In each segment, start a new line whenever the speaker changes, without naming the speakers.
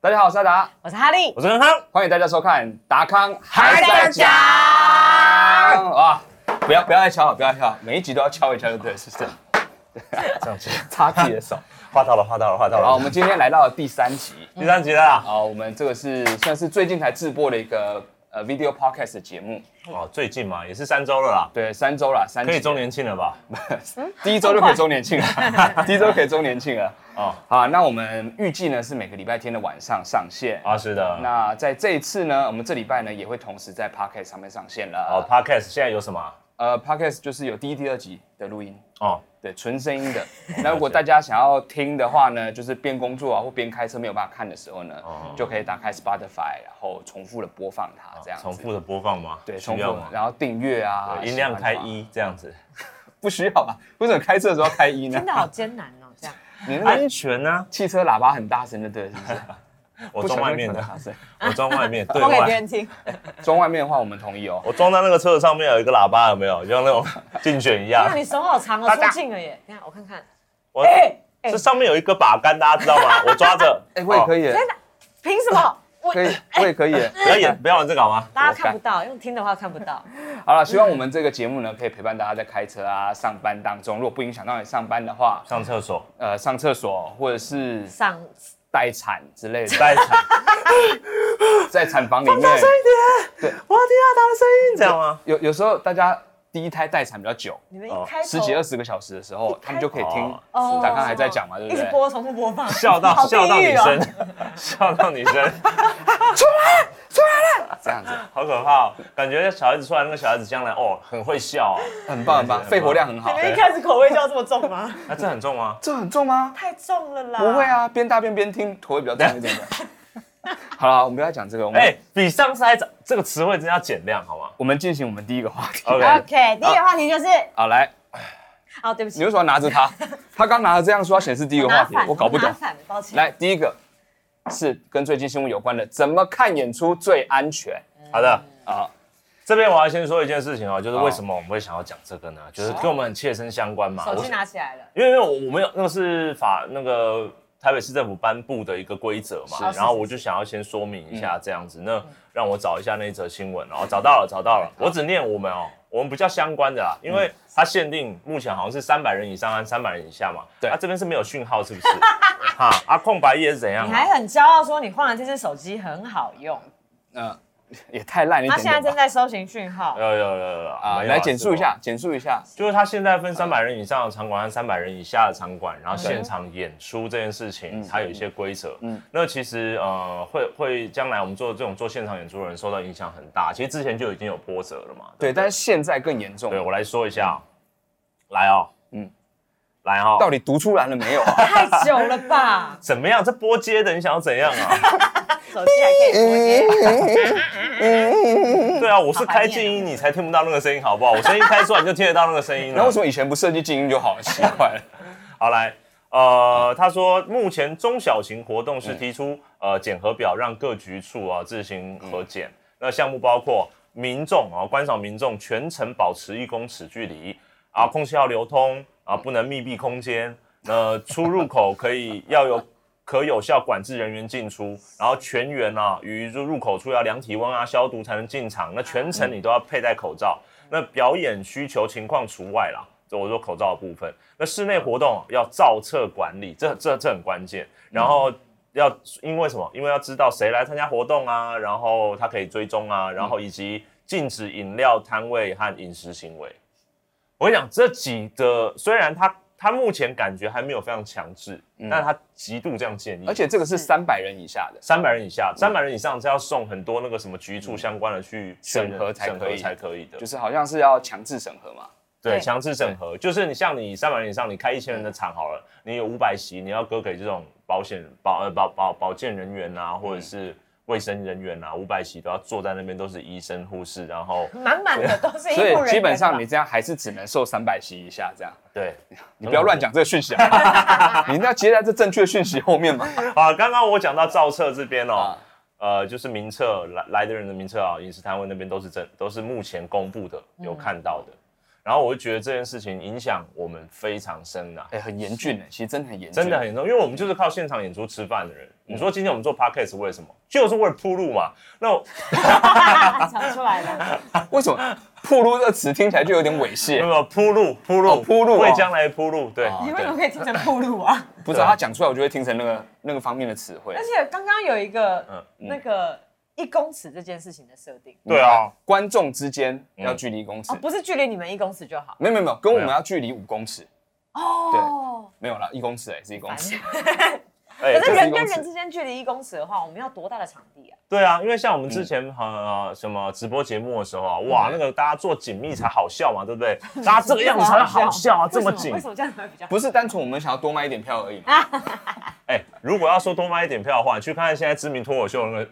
大家好，我是阿达，
我是哈利
我，是康康，
欢迎大家收看《达康
还在讲
哇，不要不要再敲了，不要再敲了，每一集都要敲一下就对 了，是这样，
这样子，
擦自己的 手。
画到了，画到了，画到
好，我
了，
们今天来到了第三集，
第三集了啦。
好，我们这个是算是最近才制播的一个呃 video podcast 的节目，
哦，最近嘛，也是三周了啦，
对，三周啦，三
可以
集，
周年庆了吧？
第一周就可以周年庆 了，第一周可以周年庆了。
哦，
好，那我们预计呢是每个礼拜天的晚上上线。
啊，是的。
那在这一次呢，我们这礼拜呢也会同时在 podcast 上面上线了。
哦，Podcast 现在有什么啊？
呃，podcast 就是有第一、第二集的录音，
哦，
对，纯声音 的。那如果大家想要听的话呢，就是边工作啊或边开车没有办法看的时候呢，
哦
就可以打开 Spotify，然后重复的播放它，这样子。
重复的播放吗？
对，重
需
复
要
的，
吗？
然后订阅啊，
对音量开
喜欢它，
一这样子，
不需要吧？为什么开车的时候要开一呢
真？的好艰难哦，这样。
你那
安
个
全呢？
汽车喇叭很大声，就对了，是不是？
我装外面
不
的
小心很大，声。
我装 外面，对
播给别
外。
人听，
啊装外面的话，我们同意哦。
我装在那个车子上面有一个喇叭，有没有？就像那种竞选一 样
那。你手好长哦，
大
出
家
镜了耶！等一下我看看，
我
哎哎
这上面有一个把杆，大家知 道吗？我抓着。哦
哎，我也可
以。
以耶，
哦真的，哎凭什么？我
可以，我也可以耶。
不要演，不要玩这个好吗？
大家看不到，用听的话看不到。
好了，希望我们这个节目呢，可以陪伴大家在开车啊、上班当中。如果不影响到你上班的话，
上厕所，
呃，上厕所或者是
上
待产之 类的，
待产，
在产房里面，
我要听到他的声音，这样吗？
有有时候大家第一胎待产比较久，
你们
哦
一开头
十几二十个小时的时候，他们就可以听
哦
哦
打康还在讲嘛，对不
一直
对？
播重复 播放，
笑到
好地
笑到
狱
女
哦
生， 笑到女生，
这样子
好可怕、哦！感觉小孩子出来，那个小孩子将来哦，很会笑、哦。
很棒很棒，肺活量很
你
好。
们一开始口味就要这么重吗？
那、哎这很重吗？
这很重吗？
太重了啦！
不会，啊，边大便边听，头会比较重一点的。好了，我们不要讲这个，我
嗯
们、
哎、比上次还早，这个词汇真的要减量好吗
我们进行我们第一个话题。
？OK，
OK，第一个话题就是，
好，来，
哦，对不起，
你为什么要拿着它？他刚拿着这样说要显示第一个话
拿
题
反，了
我搞不懂
拿。反了，抱歉。
来，第一个是跟最近新闻有关的，怎么看演出最安全
好的。
啊？
这边我要先说一件事情哦，就是为什么我们会想要讲这个呢？就是跟我们很切身相关嘛。
手
我
机拿起来了，
因为因为我我们有那个是法那个台北市政府颁布的一个规则嘛，然后我就想要先说明一下这样子。那让我找一下那一则新闻，然后找到了，找到了。我只念我们哦，我们不叫相关的啦，因为它限定目前好像是三百人以上和三百人以下嘛。
对
啊，这边是没有讯号是不是？哈，啊，空白页是怎样
你
啊？
还很骄傲说你换了这只手机很好用，
嗯，也太烂了一
他
点
啊现在
点
正
吧。
在搜寻讯号
有。有有有有
啊，
没有
来简述一
是
下，简述一下。
就是他现在
嗯
分三百人以上的场馆和三百人以下的场馆，然后现场演出这件事
嗯
情，它有一些规则。嗯，那其实呃，会会将来我们做这种做现场演出的人受到影响很大。其实之前就已经有波折了嘛。
对，
不对
但是现在更严重
对。我来说一下，来哦，嗯，来哦，？
到底读出来了没有啊？
太久了吧
怎么样？这波接的你想要怎样 啊？
手机还可以拨接。
对啊，我是开静音，你才听不到那个声音，好不好？我声音开出来你就听得到那个声音了。
那为什么以前不设计静音就好了？奇怪了。
好来，呃，他说目前中小型活动是提出、呃检核表，让各局处啊自行核检。那项目包括民众啊观赏民众全程保持一公尺距离啊，空气要流通啊，不能密闭空间。那出入口可以要有可有效管制人员进出，然后全员啊于入入口处要量体温啊消毒才能进场。那全程你都要佩戴口罩。那表演需求情况除外啦，这我说口罩的部分。那室
嗯
内活动要照册管理，这这这很关键。
嗯
然后要因为什么？因为要知道谁来参加活动啊，然后他可以追踪啊，
嗯
然后以及禁止饮料摊位和饮食行为。我跟你讲，这几个虽然他他目前感觉还没有非常强制，但他极度这样建议，
嗯而且这嗯个是三百人以下的，
三百人以下，三百人以上是要送很多那个什么局处相关的去
嗯审核才
审
可以
核才可以的
就。是好像是要强制审核嘛。
对，
对
强制审核就是你像你三百人以上，你开一千人
嗯
的场好了，你有五百席，你要割给这种保险保呃保保保健人员啊，
嗯
或者是卫生人员啊，五百席都要坐在那边，都是医生护士，然后
满满的都是医护
所
人员吧
以基本上 你这样还是只能受三百席以下这样。
对。
你不要乱讲这个讯息啊！ 你一定要接在这正确的讯息后面嘛。
啊，刚刚我讲到造册这边哦
啊，
呃，就是名
嗯
册来来的人的名册啊，饮食摊位那边都是真都是目前公布的有看到的。然后我就觉得这件事情影响我们非常深啊呐、
哎、很严峻哎，其实真的很严峻，
真的啊很严重，因为我们就是靠现场演出吃饭的人。你
嗯
说今天我们做 podcast 为什么？就是为了铺路嘛。那我
讲出来了，
为什么“铺路”这个词听起来就有点猥
没有
亵？
没有铺路，铺路，
哦铺路哦
为将来铺路。对，
哦
你为
对
什么可以听成铺路啊？
不知道他讲出来，我就会听成那个那个方面的词汇
而。且刚刚有一个
嗯
那个一公尺这件事情的设定
对啊，嗯
观众之间要距离一公尺
哦，，不是距离你们一公尺就好
没有没有没有，跟我们
没有
要距离五公尺，
哦。
没有啦，一公尺哎、是一公尺。
哎
可
这
是人
是一公
跟
尺
人之间距离一公尺的话，我们要多大的场地啊？
对啊，因为像我们之
嗯
前呃什么直播节目的时候啊，哇，那个大家做紧密才好笑嘛，对不对？大家这个样子才好笑啊，这么
为什
紧
为。什么这样才会比较好？
不是单纯我们想要多卖一点票而已嘛，
哎，如果要说多卖一点票的话，你去看看现在知名脱口秀那个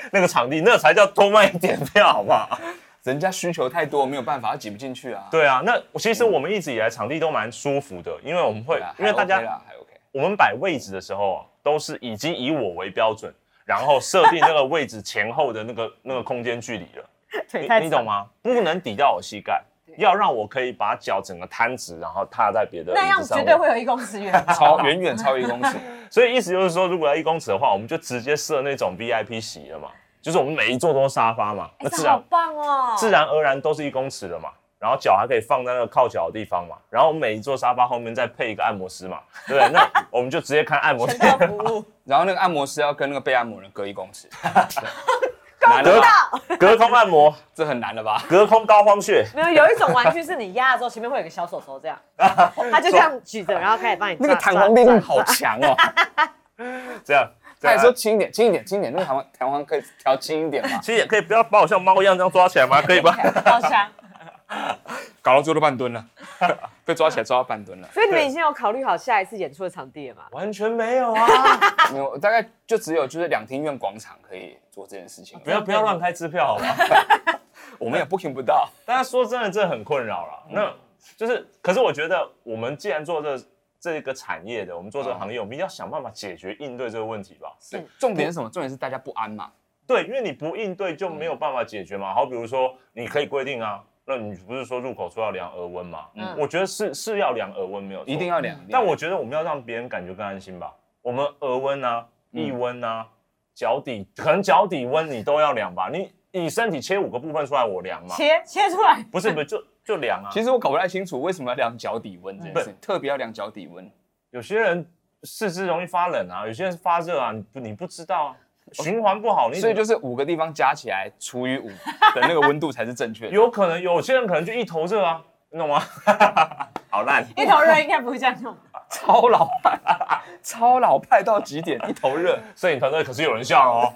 那个场地，那才叫多卖一点票，好不好？
人家需求太多，没有办法，他挤不进去啊。
对啊，那其实我们一直以来场地都蛮舒服的，因为我们会
对啊，，
因为大
还 OK
家
啦还 OK，
我们摆位置的时候啊，都是已经以我为标准，然后设定那个位置前后的那个那个空间距离了。
腿
你
太
你
长
懂吗？不能抵到我膝盖，要让我可以把脚整个摊直，然后踏在别的
那
椅
样
子上
绝
面
对会有一公尺远。
超远远超一公 尺，
所以意思就是说，如果要一公尺的话，我们就直接设那种 VIP 席了嘛，就是我们每一座都是沙发嘛，
啊
那
哎，这
自
好
然
棒哦！
自然而然都是一公尺的嘛。然后脚还可以放在那个靠脚的地方嘛，然后我们每一座沙发后面再配一个按摩师嘛，对不对？那我们就直接看按摩师
全，套服务，
然后那个按摩师要跟那个被按摩人隔一公 尺，
够不到。
隔空按摩，
这很难了吧？
隔空膏肓穴，
没有，有一种玩具是你压的时候，前面会有个小手手 这样，他就这样举着，然后开始帮你抓。
那个弹簧力
抓
量好强 哦。
这样。啊这
他
样
也说轻一点，轻一点，轻一点，那个弹簧弹簧可以调轻一点嘛。
其实也可以不要把我像猫一样这样抓起来吗？可以 吧？
啊
好强！
搞到最后都半蹲了， 被抓起来抓到半蹲了。
所以你们已经有考虑好下一次演出的场地了吗？
完全没有啊。
没有，大概就只有就是两厅院广场可以做这件事情。
不要不要乱开支票好吗？
我们也 booking 啊不到。
大家说真的，这很困扰了。那就是，可是我觉得我们既然做这这个产业的，我们做这个行业，我们一定要想办法解决应对这个问题吧。
对，重点是什么？重点是大家不安嘛。
对，因为你不应对就没有办法解决嘛。好，比如说你可以规定啊，那你不是说入口处要量额温嘛？
嗯
我觉得是是要量额温没有，
一定。要两。
但我觉得我们要让别人感觉更安心吧。我们额温啊、
嗯
腋温啊、脚底，可能脚底温你都要量吧。你你身体切五个部分出来，我量嘛？
切切出来，
不是不是，就就量啊。
其实我搞不太清楚为什么要量脚底温这件事情，特别要量脚底温。
有些人四肢容易发冷啊，有些人发热啊，你不你不知道啊，循环不好，你
所以
怎么
就是五个地方加起来除以五的那个温度才是正确的。
有可能有些人可能就一头热啊，你懂吗？好烂，
一头热应该不会这样弄。
超老派，超老派到极点，一头热。
摄影团队可是有人笑哦，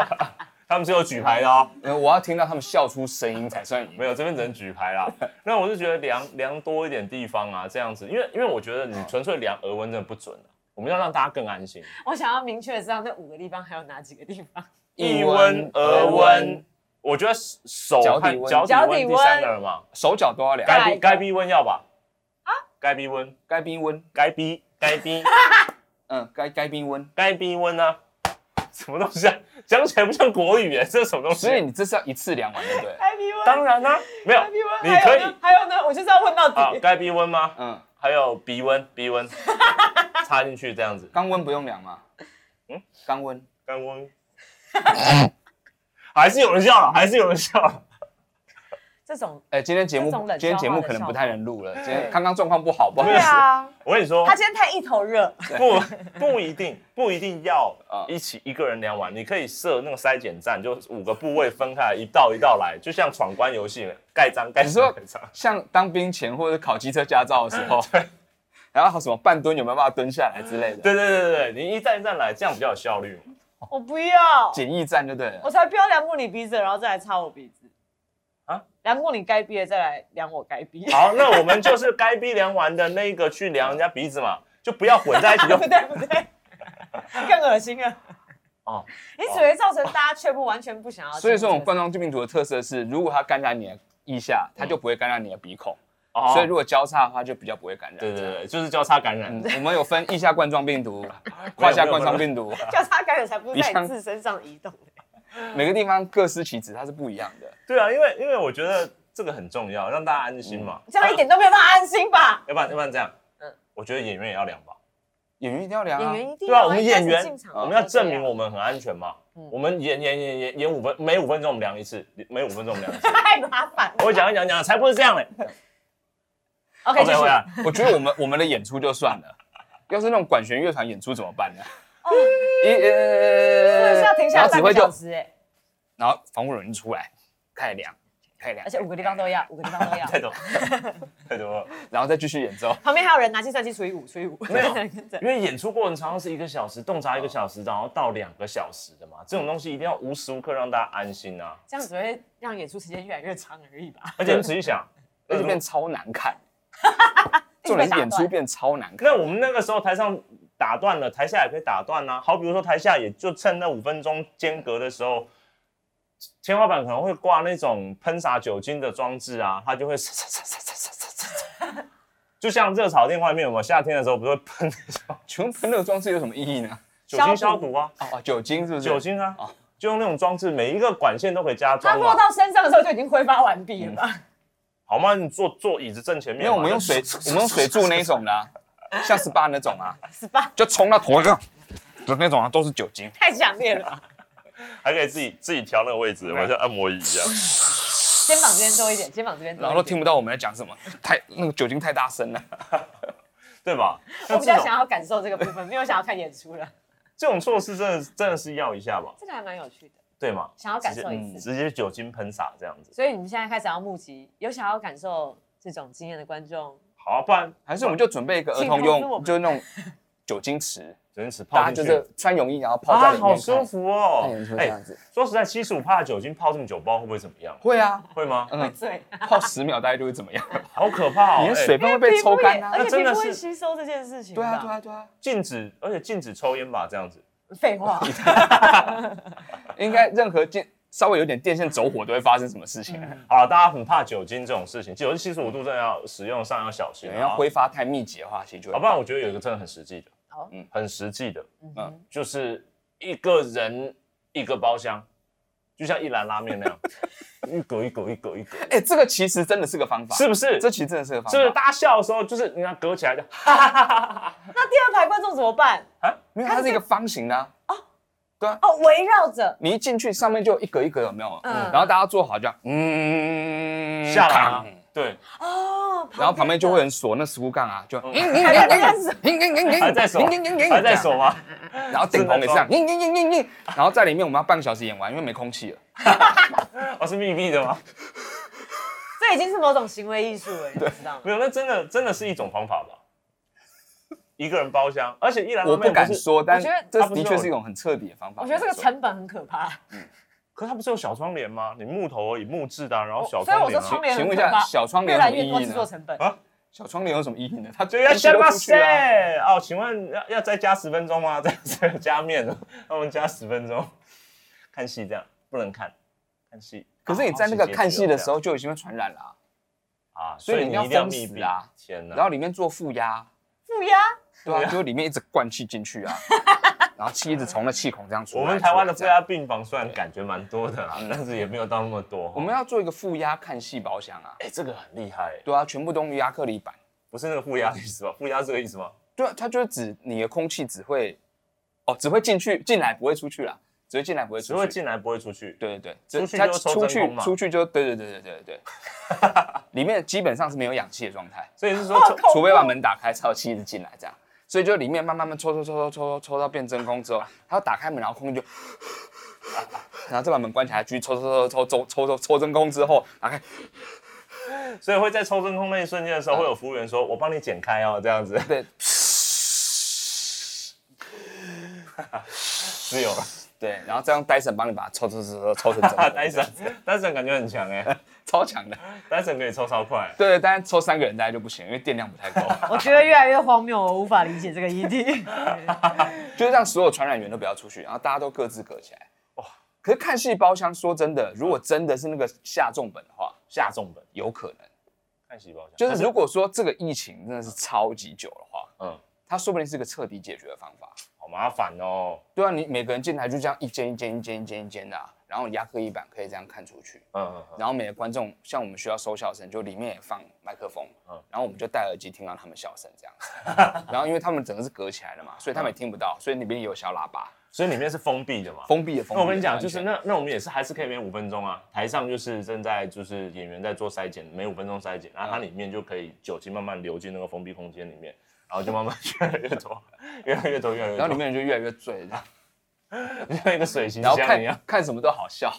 他们是有举牌的哦，
呃我要听到他们笑出声音才算赢。
没有这边只能举 牌啦。那我是觉得量量多一点地方啊，这样子，因为因为我觉得你纯粹量额温真的不准啊，我们要让大家更安心。
我想要明确的知道那五个地方还有哪几个地 方。
腋
腋
温
温、
额
额
温
温，我觉得手
脚底
和
温
脚底
脚底
温第
温
三个了嘛，
手脚都要量，
该
该逼该逼温要吧？啊，该逼温。
该冰温，
该逼该逼
嗯，该该冰温。
该逼温啊！ 什么东西啊？讲起来不像国语哎，这是什么东西
所？以你这是要一次量完，对不对？
开 P 温，
当然啦、没有
开 P 温，
你可以
还有呢，我就是要问到
啊，
底。
该逼温吗？
嗯，
还有鼻温，鼻温插进去这样子，
肛温不用量吗？嗯
嗯，
肛温
干温， 还是有人笑了，还是有人笑了。
这种
哎、今天节目
这种冷
今天节目
笑话的
可能不太能录了，今
哎
天
对
刚刚状况不好，不好意
对
思。
啊，
我跟你说
他，今天太一头热，
不不一定不一定要
啊
一起一个人量完，你可以设那个筛检站，就五个部位分开来，一道一道来，就像闯关游戏盖章盖
你说
章盖章。
像当兵前或者考机车驾照的时 候，然后什么半蹲有没有办法蹲下来之 类的，
对对对对对，你一站一站来，这样比较有效率嘛。
我不要，
简易站就对了
我。才不要量过你鼻子，然后再来擦我鼻子。
啊
啊，量过你该逼的，再来量我该 逼。
好，那我们就是该逼量完的那个去量人家鼻子嘛，就不要混在一 起就
不对不 对，更恶心了。
哦
哦，你只会造成大家却不完全不想要。
所以说，我们冠状病毒的特色是，如果它感染你的腋下，它就不会感染你的鼻孔，
嗯哦
所以如果交叉的话，就比较不会感染。
对对对，就是交叉感染
嗯。，我们有分腋下冠状病 毒、胯下冠状病毒，
交叉感染才不是在
一样
你自身上移动的。
每个地方各司其职，它是不一样的。
对啊，因为因为我觉得这个很重要，让大家安心嘛。
这样一点都没有办法安心 吧？
要不然要不然这样，
嗯
我觉得演员也要量吧。
演员一定要量
演
啊，
员一定
对啊，
要
我们演员我们要证明我
们
们很安全嘛。
嗯
我们演演演演演五分，每五分钟我们量一次，每五分钟我们量一次。
太麻烦了。
我讲一讲讲，才不是这 样嘞。
OK，继
OK，
续
回。来。
我觉得我们我们的演出就算了，要是那种管弦乐团演出怎么办呢？一呃
真的哦是要停下
呃
然后
来
指
半
挥
个
就
小，时哎，
然后防护人员出来开始量，开始量，
而且五个地方都要，五个地方 都要。
太多，太多了。
然后再继续演奏。
旁边还有人拿计算器除以五，除以五。
没有
跟着
因为演出过程常常是一个小时，洞察一个小时，然后到两个小时的嘛，这种东西一定要无时无刻让大家安心啊。
这样只会让演出时间越来越长而已吧。
而且你仔细想，
那就
那
变
如
超难看。
一
重
直
点是
被打断
演出变超难看。
那我们那个时候台上打断了，台下也可以打断啊。好，比如说台下也就趁那五分钟间隔的时候，天花板可能会挂那种喷洒酒精的装置啊，它就会唰唰唰唰唰唰唳唰唰就像热炒店外面，我们夏天的时候不是会喷那种
请问喷那个装置有什么意义呢？
酒
消毒
精消毒啊，
哦，哦酒精是不是？
酒精啊
哦，
就用那种装置，每一个管线都可以加
它
装
落
嘛。
到身上的时候就已经挥发完毕了吧？
嗯好吗？你坐坐椅子正前面
没
嘛。
有，我啊们用水，我们用水柱那一种的 啊，像 SPA 那种啊，
是吧？
就冲到头上的那种啊，都是酒精。
太强烈了吧，
还可以自己自己调那个位置，我像按摩椅一样。
肩膀这边多一点，肩膀这边多
然
一
后
点
都听不到我们在讲什么，太那个酒精太大声了。
对吧？
我
像
比
这
较
种
想要感受这个部分，没有想要看演出了。
这种措施，真的真的是要一下吧？
这个还蛮有趣的，
对吗？
想要感受
直
一
接
次。
直接酒精喷洒这样子。
所以你们现在开始要募集，有想要感受这种经验的观众，
好、啊，不然
还是我们就准备一个儿童
请通知我
用，
们
就是那种酒精 池，
酒精池
大
泡
家就
进
是
去。
穿泳衣然后泡在
啊，
里面看。哎
好舒服哦
看演出！这样子
说实在，七十五帕的酒精泡进酒包会不会怎么样？
会啊，
会吗？
嗯，
对，
泡十秒大概就会怎么样？
好可怕
你
哦！
的水
哎
分会被抽干啊
而。且
真
皮
的
肤会
是
吸收这件事情。
对啊，对，啊，对啊，
禁止，而且禁止抽烟吧，这样子。
废 话，啊
应该任何电稍微有点电线走火都会发生什么事情，
好了，大家很怕酒精这种事情，酒精七十五度真的要使用上要小心
对，
啊。
然后挥发太密集的话，其实就
好，
会
不然我觉得有一个真的很实际的，
好
嗯，很实际的，
嗯
就是一个人一个包厢，就像一兰拉面 那样，一格一格一格一格，
哎、这个其实真的是个方法，
是不是？
这其实真的是个方法，
是不是大家笑的时候，就是你看隔起来的，
那第二排观众怎么办？
没有，它是一个方形的、啊。
哦，围绕着，
你一进去，上面就有一格一格，有没有？
嗯
然后大家坐好这样，嗯，
下来啊
扛，
对，
哦，
然后旁边就会有人锁那食物杠啊，就，嗯嗯
还在开始，
哎
还在手，啊还在手，吗？
然后顶棚也是这样，嗯嗯嗯嗯，然后在里面我们要半个小时演完，因为没空气了。
哦，是密闭的吗？
这已经是某种行为艺术了，你知 道吗？
没有，那真的真的是一种方法吧。一个人包厢，而且一兰拉
我
面
不敢
是，
说，但
我觉得
这
它不是
的确是一种很彻底的方法。
我觉得这个
没有错
成本很可怕，
可是它不是有小窗帘吗？你木头而已，木质的啊，然
哦
后小
所以
窗
我
帘
说
啊。
窗帘
请
很
问一
可
下，
怕，
小窗
越
帘有
来
什么
越
意
多
义
制作
呢？
成本。
小窗帘有什么意义呢？它
对 呀，
东西都
下马
出去了啊
塞哦，请问要要再加十分钟吗？再再加面了，那我们加十分钟，看戏这样不能看，看戏。哦
可是你在那个看戏的时候就已经会传染了啊、
啊，
所
所
以
以
你
你
一
一
定
定
要
要
密
密
闭
闭
啊
啊！天哪！
然后里面做负压，
负压，
对
对
啊，
啊
就里面一直灌气进去啊，然后气一直从那气孔这样出来。
我们台湾的
出
负
来这样
压病房虽然感觉蛮多的啦，但是也没有到那么多。
我们要做一个负压看戏包厢啊，
哎，这个很厉害，
对啊，全部都用亚克力板。
不是那个负压的意思吧？负压是这个意思吗？
对啊，它就是指你的空气只会，哦，只会进去，进来不会出去啦，只会进来不会出
只
去。
会进来不会出去。
对对对，
出去
它
就抽
出
真空
去
嘛
出去就对对对对对对， 里面基本上是没有氧气的状态。
所以是 说，
除非把门打开，才有气一直进来这样。所以就里面慢慢慢抽抽抽抽抽抽抽到变真空之后，它要打开门，然后空气就，然后再把门关起来，继续抽抽抽抽抽抽抽抽真空之后打开，
所以会在抽真空那一瞬间的时候，会有服务员说：“我帮你剪开哦，这样子。
对
是有
对，然后再用 Dyson 帮你把它抽抽抽抽抽成真空。
戴森，戴森感觉很强哎，
超强的，
戴森可以抽超快。
对，但是抽三个人大概就不行，因为电量不太够，
我觉得越来越荒谬，我无法理解这个议题。
就是让所有传染源都不要出去，然后大家都各自隔起来。可是看戏包厢，说真的，如果真的是那个下重本的话，
下重本，
有可能。
看细胞。
就是如果说这个疫情真的是超级久的话，
嗯，
它说不定是个彻底解决的方法。
好麻烦哦。
对啊，你每个人进来就这样一间一间一间一间一间的、啊，然后压克力板可以这样看出去。
嗯嗯嗯，
然后每个观众，像我们学校收笑声，就里面也放麦克风，
啊
然后我们就戴耳机听到他们笑声这样。 然后因为他们整个是隔起来的嘛，所以他们也听不到，所以里面也有小喇叭，
所以里面是封闭的嘛。
封闭的封闭的。
啊那我跟你讲，就
完
是
全
那那我们也是还是可以每五分钟啊，台上就是正在就是演员在做筛检，每五分钟筛检，然后它里面就可以酒精慢慢流进那个封闭空间里面，然后就慢慢越来越多， 越来越多，越来越
然后里，
多
面人就越来越醉，这样
就像一个水行
然后
箱一样
看。看什么都好笑。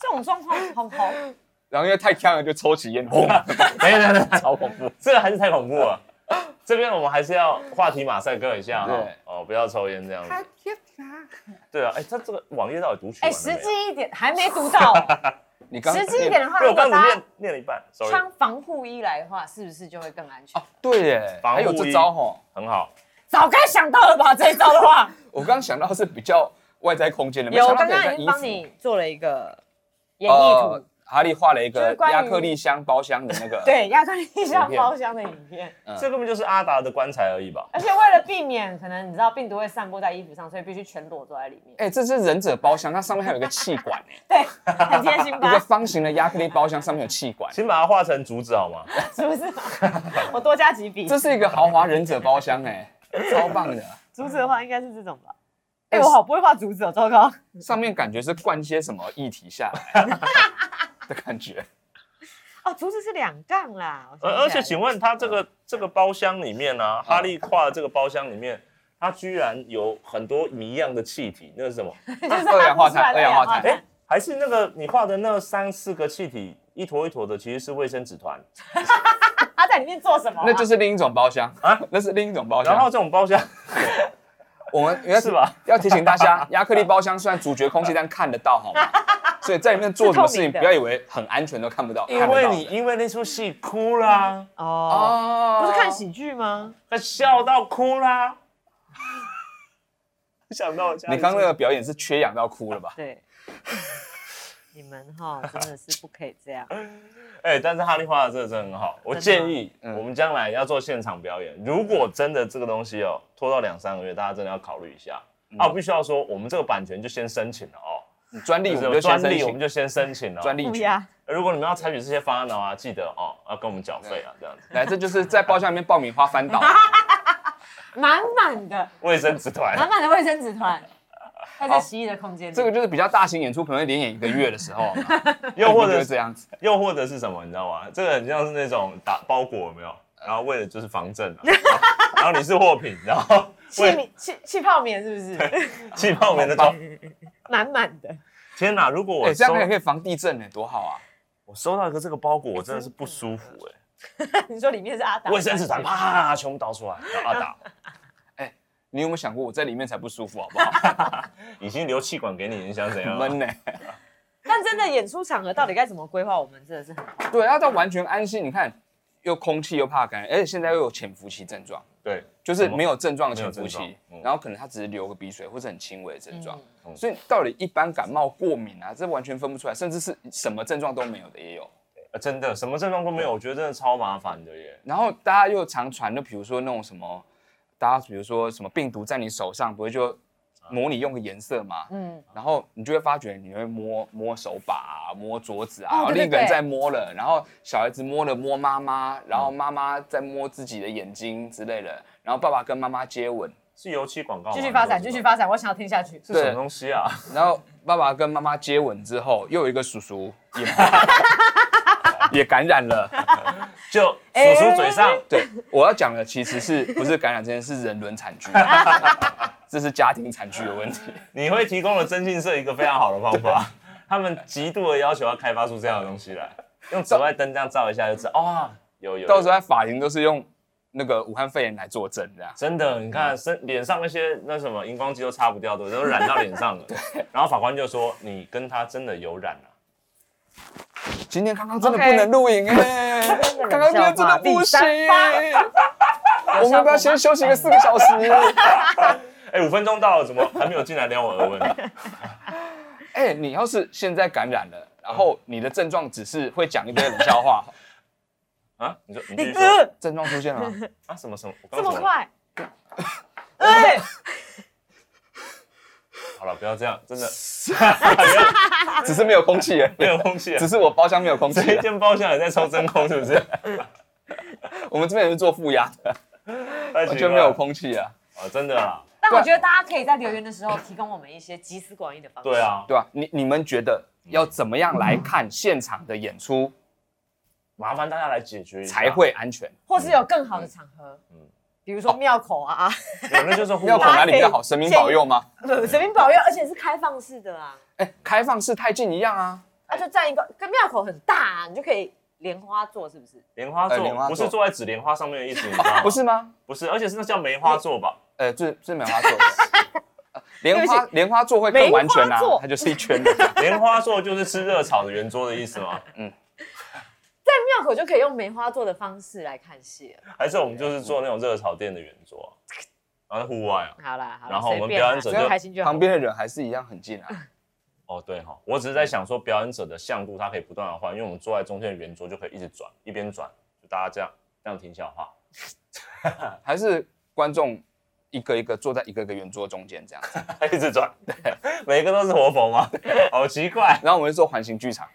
这种状况很好，
然后因为太呛了，就抽起 烟，轰，
没有没有 没有，
超恐怖。
这个还是太恐怖了。这边我们还是要话题马赛克一下哈
对，
哦，不要抽烟这样子。对啊，哎，他这个网页到底读取
哎，
完了没
实
有？
际一点还没读到，
你刚
实际一点的话，
对，
如
我
果
刚刚
大家
念念了一半，sorry，
穿防护衣来的话，是不是就会更安全
哦？，对耶，
防护
还有这招吼。
很好。
早该想到了吧，这一招的话，
我刚想到是比较外在空间的，没
有，
想
我
到
刚
可以
刚
在
已经
衣
帮
服
你做了一个演绎图
呃，哈利画了一
就是
个
关于
亚克力箱包厢的那个，，
对，亚克力箱
图片
包厢的影片。
嗯
这根本就是阿达的棺材而已吧？
而且为了避免可能你知道病毒会散播在衣服上，所以必须全裸坐在里 面。
哎、这是忍者包厢，它上面还有一个气 管哎、
对，很贴心
一个
吧？
方形的亚克力包厢，上面有气 管，
请把它画成竹子好吗？
是不是？我多加 几笔。
这是一个豪华忍者包厢哎、超棒的，
竹子的话，应该是这种吧？
哎
哎、我好不会画竹子哦，糟糕！
上面感觉是灌些什么液体下来的感觉。
哦，竹子是两杠啦。我想起
而
来了
而且，请问他
嗯
这个这个包厢里面呢、哈利跨的这个包厢里面，它居然有很多一样的气体，那是什么？
就是
二氧化碳
它不出来的
二氧化碳
哎、 还是那个你画的那三四个气体，一坨一坨的，其实是卫生纸团。
它在里面做什么啊、
那就是另一种包厢
啊
啊，那是另一种包厢。
然后这种包厢，
我们要
是吧？
要提醒大家，亚克力包厢虽然主角空气，但看得到，好 吗？所以在里面做什么事
是
情，
透明的
不要以为很安全都看不到，
因
看得
为
到
你
的
因为那出戏哭啦，
哦，
哦，
不是看喜剧吗？
他笑到哭啦。想到我家里
你刚刚那个表演是缺氧到哭了吧？
对，你们哈真的是不可以这样。
哎、但是哈利画的这个真的很好，我建议
嗯
我们将来要做现场表演，如果真的这个东西哦拖到两三个月，大家真的要考虑一下、
嗯
啊！我必须要说，我们这个版权就先申请了哦，
你专利我们
就
就是
专
先
利
申
我
请，
们就先申请了。
专
利，
利
不
局。
呀，
如果你们要采取这些方案的话，记得哦要跟我们缴费啊，这 样子。
来，这就是在包厢里面爆米花翻倒，
满满的
卫生纸团，
啊
满满的卫生纸团，在
哦
这蜥蜴的空间里。
这个就是比较大型演出，可能会连演一个月的时候嘛，
又或者
就是这样子。
又或者是什么，你知道吗？这个很像是那种打包裹有没有？然后为了就是防 震啊，然后你是货品，然后
气
为了
米气气泡棉是不是？
气泡棉的装。
满满的，
天哪！如果我
哦哎，这样
收
也可以防地震呢，多好啊！
我收到一个这个包裹，我真的是不舒服哎、
你说里面是阿达
卫生纸团啪全部倒出来，然后啊阿 达
你有没有想过我在里面才不舒服，好不 好？
已经留气管给你，你想怎样？
闷呢。
但真的演出场合到底该怎么规划，我们真的是很
对，要到完全安心，你看又空气又怕感染，而且现在又有潜伏期症状。
对，
就是没有症状的潜伏
没有症
期
状嗯，
然后可能他只是流个鼻水或者很轻微的症状，
嗯嗯
所以到底一般感冒、过敏啊，这完全分不出来，甚至是什么症状都没有的也有。
呃真的什么症状都没有，我觉得真的超麻烦的耶。
然后大家又常传，就比如说那种什么，大家比如说什么病毒在你手上，不会就模拟用个颜色嘛，
嗯。
然后你就会发觉你会摸摸手把、啊、摸桌子啊，
哦
然后
对对
另一个人
对
在摸了，然后小孩子摸了摸妈妈，
嗯
然后妈妈在摸自己的眼睛之类的，然后爸爸跟妈妈接吻。
是油漆广告吗，
继续发展，继续发展，我想要听下去。
是什么东西啊？
然后爸爸跟妈妈接吻之后，又有一个叔叔也也 感染了。
就
哎
叔叔嘴上，
对，我要讲的其实是不是感染这件事，是人伦 惨剧，这是家庭惨剧的问题。
你会提供了征信社一个非常好的方法， 他们极度的要求要开发出这样的东西来，用紫外灯这样照一下就知道啊，有有。
到时
候
候在法庭都是用那个武汉肺炎来作证，这样。
真的，你
嗯
看身脸上那些那什么荧光剂都擦不掉的，都染到脸上 了。然后法官就说：“你跟他真的有染了、啊
今天康康真的
OK
不能录影哎、
冷
康康今天
笑
真
话
的不
第
行
三趴，
我们要不要先休息个四个小时？
哎、五分钟到了，怎么还没有进来撩我耳温啊 呢、
哎、你要是现在感染了，然后你的症状只是会讲一堆冷笑 话，
啊，你说你继
你
续说
呃
症状出现了吗，
啊？什么什么？我
这
刚
么
刚什么？
快？哎，
好了，不要这样， 真的
只是没有空气而
没
已，
有空气了
只。是我包厢没有空气
这 一
而已。
间包厢也在抽真空，是不是？
我们这边也是做负压的，
太
完
奇
全
怪
没有空气啊，
啊，真的啊，
但我觉得大家可以在留言的时候提供我们一些集思广益的方式。
对，啊，
对吧、你你们觉得要怎么样来看现场的演出
麻烦大家来解决
嗯
一下
才会安全？
或是有更好的场合，
嗯
比如说庙口啊，
有那就是户
要口
外，
哪里比较好？神明保佑吗？
不神明保佑，而且是开放式的啊，
哎、开放式太近一样啊。
哎
啊就站一个跟庙口很大、啊，你就可以莲花座，是不是？
莲花
呃莲花座
座不是坐在纸莲花上面的意思，你知道吗？
啊不是吗？
不是，而且是那叫梅花座吧？
呃，这这梅花座， 呃莲花
对不
莲花座会更完全
梅花
啊
座，
它就是一圈 的。
莲花座就是吃热炒的圆桌的意思 吗？
在庙口就可以用梅花座的方式来看戏了。
还是我们就是做那种热炒店的圆桌啊，然后户外啊？
好啦，好啦
然后我
随
们
便啦
表演者
只要
就
开心就好
旁。边的人还是一样很近啊。
哦，对哈、我只是在想说，表演者的向度它可以不断的换，因为我们坐在中间的圆桌就可以一直转，一边转，就大家这样这样听笑话。
还是观众一个一个坐在一个一个圆桌中间这样子。
一直转，每个都是活 佛吗？好奇怪，
然后我们就做环形剧 场，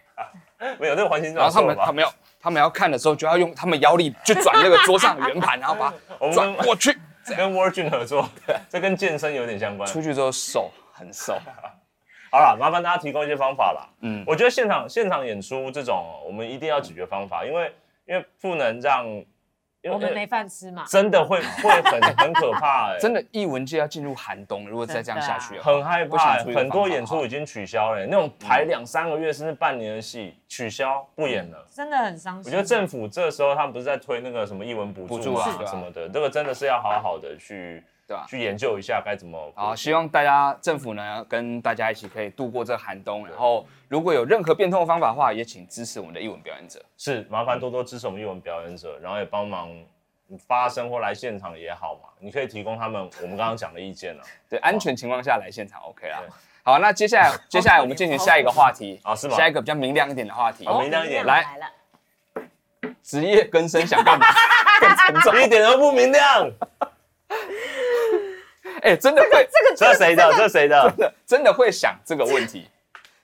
没有这个环形
然
转
后他
错
们他
吧？
们要他们要看的时候就要用他们腰力去转那个桌上的圆盘，然后把
我
它
们
转过 去。
跟 Virgin 合作，这跟健身有点相关。
出去之后手很瘦，
好了，麻烦大家提供一些方法啦。
嗯，
我觉得现场现场演出这种，我们一定要解决方
嗯
法，因为因为不能让，因为
我们没饭吃嘛，
真的会会很很可怕 哎、
真的艺文界要进入寒冬，如果再这样下去的话，
啊很害
不想
怕、
出一个
很多
方法嗯
演出已经取消了、欸那种排两三个月甚至半年的戏取消不演了。
嗯
真的很伤心。啊
我觉得政府这时候他们不是在推那个什么译文补
补
助
助啊
啊
是
什么的，这个真的是要好好的去
对吧？
去研究一下该怎么。
好，啊希望大家政府呢跟大家一起可以度过这寒冬，然后如果有任何变通的方法的话，也请支持我们的艺文表演者。
是麻
嗯
烦多多支持我们译文表演者，然后也帮忙发声或来现场也好嘛，你可以提供他们我们刚刚讲的意见 啊。
对，安全情况下来现场 OK 啦
对。
好，那接下来接下来我们进行下一个话 题
啊是吗
下一个比较明亮一点的话题，
好我们一定要演
来
来了，
职业更生想 干嘛？更沉重。
一点都不 明亮，
哎，真 的会，
这个
这是谁的？这是谁的？
真的会想这个问 题，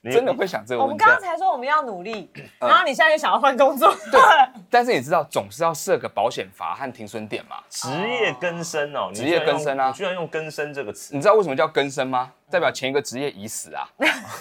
你
真的会想这个
我
问
们
题啊
刚。刚才说我们要努力，
嗯
然后你现在又想要换 工作，
但是你知道，总是要设个保险阀和停损点嘛？
职业更生哦，你
啊职业
居然用
更生啊
你居然用更生这个词
你知道为什么叫更生吗？代表前一个职业已死啊，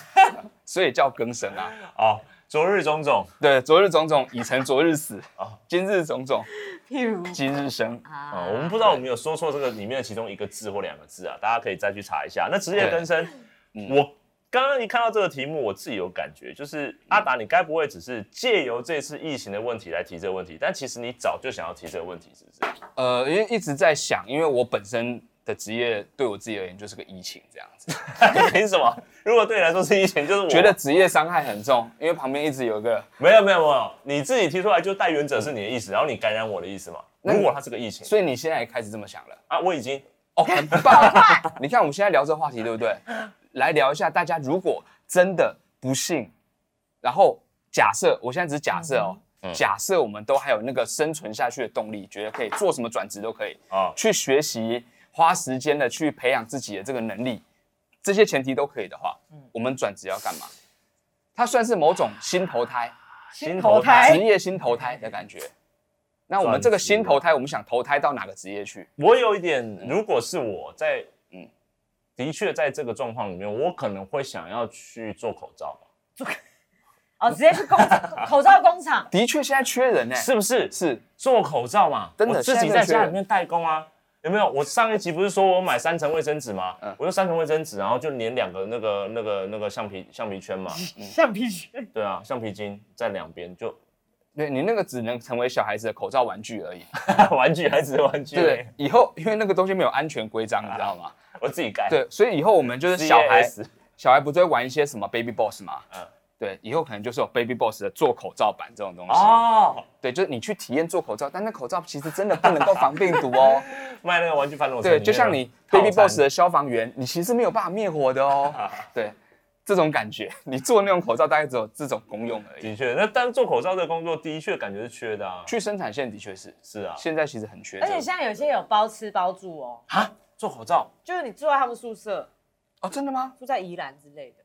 所以叫更生啊。
哦。昨日种种，
对，昨日种种已成昨日死
哦，
今日种种
譬如
今日生。
啊、
啊
我们不知道我们有说错这个里面的其中一个字或两个字啊，大家可以再去查一下。那职业更生，
嗯
我刚刚一看到这个题目，我自己有感觉，
嗯
就是阿达，你该不会只是借由这次疫情的问题来提这个问题？但其实你早就想要提这个问题，是不是？
呃，因为一直在想，因为我本身的职业对我自己而言就是个疫情这样子，
凭什么？如果对你来说是疫情，就是我
觉得职业伤害很重，因为旁边一直有一个，
没有没有没有，你自己提出来就带原者是你的意思，然后你感染我的意思嘛？如果它是个疫情
所以你现在也开始这么想了
啊，我已经
哦，很棒。你看我们现在聊这个话题对不对？来聊一下，大家如果真的不幸，然后假设我现在只是假设哦，假设我们都还有那个生存下去的动力，觉得可以做什么转职都可以，
啊、
去学习，花时间的去培养自己的这个能力，这些前提都可以的话，我们转职要干嘛？它算是某种新投胎，
心
头胎哎
职业新投胎的感觉。那我们
转
这个
职
新投胎，我们想投胎到哪个职业去？
我有一点，如果是我在，嗯
嗯，
的确在这个状况里面，我可能会想要去做口罩吧，
哦，直接去工 口罩工厂，
的确，现在缺人呢、
是不是？
是
做口罩嘛，
真的
我自己在家里面代工啊。有没有？我上一集不是说我买三层卫生纸吗？
嗯
我用三层卫生纸，然后就粘两个那个那个那个橡皮橡皮 圈嘛。
橡皮圈，
对啊，橡皮筋在两边，就
对你那个只能成为小孩子的口罩玩具而已。
玩具还是玩具、
对，以后因为那个东西没有安全规章，你知道吗？
我自己盖。
对，所以以后我们就是小孩
CS
小孩不是会玩一些什么 Baby Boss 吗？
嗯
嗯，对，以后可能就是有 Baby Boss 的做口罩版这种东西。
哦，
对，就是你去体验做口罩，但那口罩其实真的不能够防病毒哦。
卖那个玩具反斗城里
对，
面
就像你
套餐
Baby Boss 的消防员，你其实没有办法灭火的哦。 对，这种感觉，你做那种口罩大概只有这种功用而已。
的确，那但是做口罩这个工作的确感觉是缺的啊。
去生产线的确是，
是啊，
现在其实很缺、
而
这
且
个。
现在有些有包吃包住哦，
啊，做口罩
就是你住在他们宿舍，
哦，真的吗？
住在宜兰之类的，